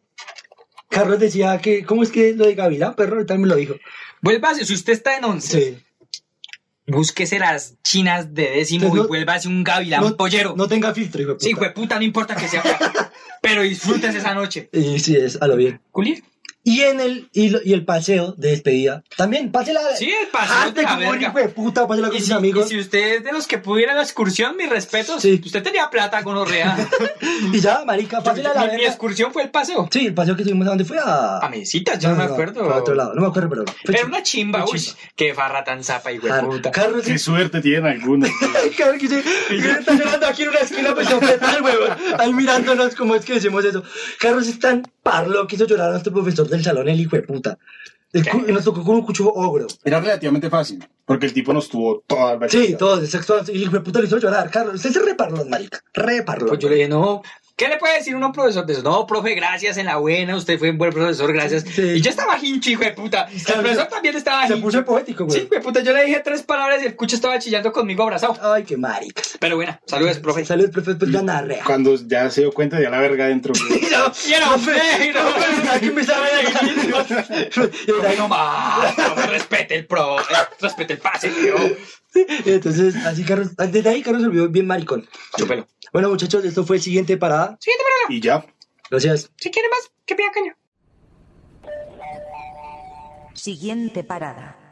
Speaker 2: Carlos decía que, ¿cómo es que es lo de Gavilán, perro? Ahorita me lo dijo.
Speaker 3: Vuélvase, si usted está en once,
Speaker 2: Sí.
Speaker 3: búsquese las chinas de décimo
Speaker 2: Entonces,
Speaker 3: y
Speaker 2: no-
Speaker 3: vuélvase un gavilán
Speaker 2: no,
Speaker 3: pollero.
Speaker 2: no tenga filtro, hijo de
Speaker 3: sí,
Speaker 2: puta.
Speaker 3: güey, puta, no
Speaker 2: [laughs]
Speaker 3: importa que sea fea, pero disfrutes esa noche.
Speaker 2: Y sí, es a lo bien.
Speaker 3: ¿Culir?
Speaker 2: Y en el y, lo- y el paseo de despedida. También, pásela.
Speaker 3: Sí, el paseo
Speaker 2: Jarte
Speaker 3: de la
Speaker 2: como un
Speaker 3: verga.
Speaker 2: hijo de puta, pásela con
Speaker 3: Y
Speaker 2: sus
Speaker 3: si, y
Speaker 2: amigos.
Speaker 3: si usted es de los que pudiera la excursión, mis respetos,
Speaker 2: Sí.
Speaker 3: usted tenía plata con
Speaker 2: [laughs]
Speaker 3: Orrea.
Speaker 2: Y ya, marica, pásela a la
Speaker 3: mi, mi
Speaker 2: verga.
Speaker 3: excursión fue el paseo.
Speaker 2: Sí, el paseo que tuvimos, ¿a dónde fue? A...
Speaker 3: A mesitas, yo no, me acuerdo.
Speaker 2: a otro lado, no me acuerdo, pero... fue
Speaker 3: Era
Speaker 2: chi-
Speaker 3: una chimba,
Speaker 2: fue
Speaker 3: uy, qué farra tan zapa y
Speaker 2: Car-
Speaker 3: puta.
Speaker 2: Carlos... [laughs]
Speaker 4: Qué suerte tienen algunos.
Speaker 2: Carlos que se- que está llorando aquí en una esquina, pues tal, huevón. Ahí mirándonos cómo es que decimos eso. Carlos es tan parlo que hizo llorar a nuestro profesor del salón, el hijo de puta. El cu- Nos tocó con un cuchillo ogro.
Speaker 4: Era relativamente fácil, porque el tipo nos tuvo toda la
Speaker 2: Sí,
Speaker 4: fiesta.
Speaker 2: todos, exacto. Y el hijo de puta le hizo llorar. Carlos, usted se reparló, marica. Reparló.
Speaker 3: Pues yo le dije, no. ¿Qué le puede decir uno profesor de eso? No, profe, gracias, en la buena, usted fue un buen profesor, gracias.
Speaker 2: Sí.
Speaker 3: Y yo estaba hincho, hijo de puta. El
Speaker 2: Claro,
Speaker 3: profesor
Speaker 2: se-
Speaker 3: también estaba
Speaker 2: Se
Speaker 3: hincho.
Speaker 2: puso poético,
Speaker 3: Sí,
Speaker 2: güey.
Speaker 3: hijo de puta, yo le dije tres palabras y el cucho estaba chillando conmigo abrazado.
Speaker 2: Ay, qué marica.
Speaker 3: Pero bueno, saludos, profe.
Speaker 2: Saludos, profe. Pues gana rea.
Speaker 4: Cuando ya se dio cuenta, ya la verga adentro. güey. [laughs]
Speaker 3: Y era un negro.
Speaker 2: Aquí me sabe
Speaker 3: Profe,
Speaker 2: de
Speaker 3: no más, profe, respete el pro, eh, respete el pase, tío.
Speaker 2: Entonces, así Carlos, desde ahí Carlos se volvió bien maricón.
Speaker 3: Chúpelo.
Speaker 2: Bueno, muchachos, esto fue siguiente parada.
Speaker 3: Siguiente palabra.
Speaker 4: Y ya.
Speaker 2: Gracias.
Speaker 3: Si quiere más, que pida caña.
Speaker 5: Siguiente parada.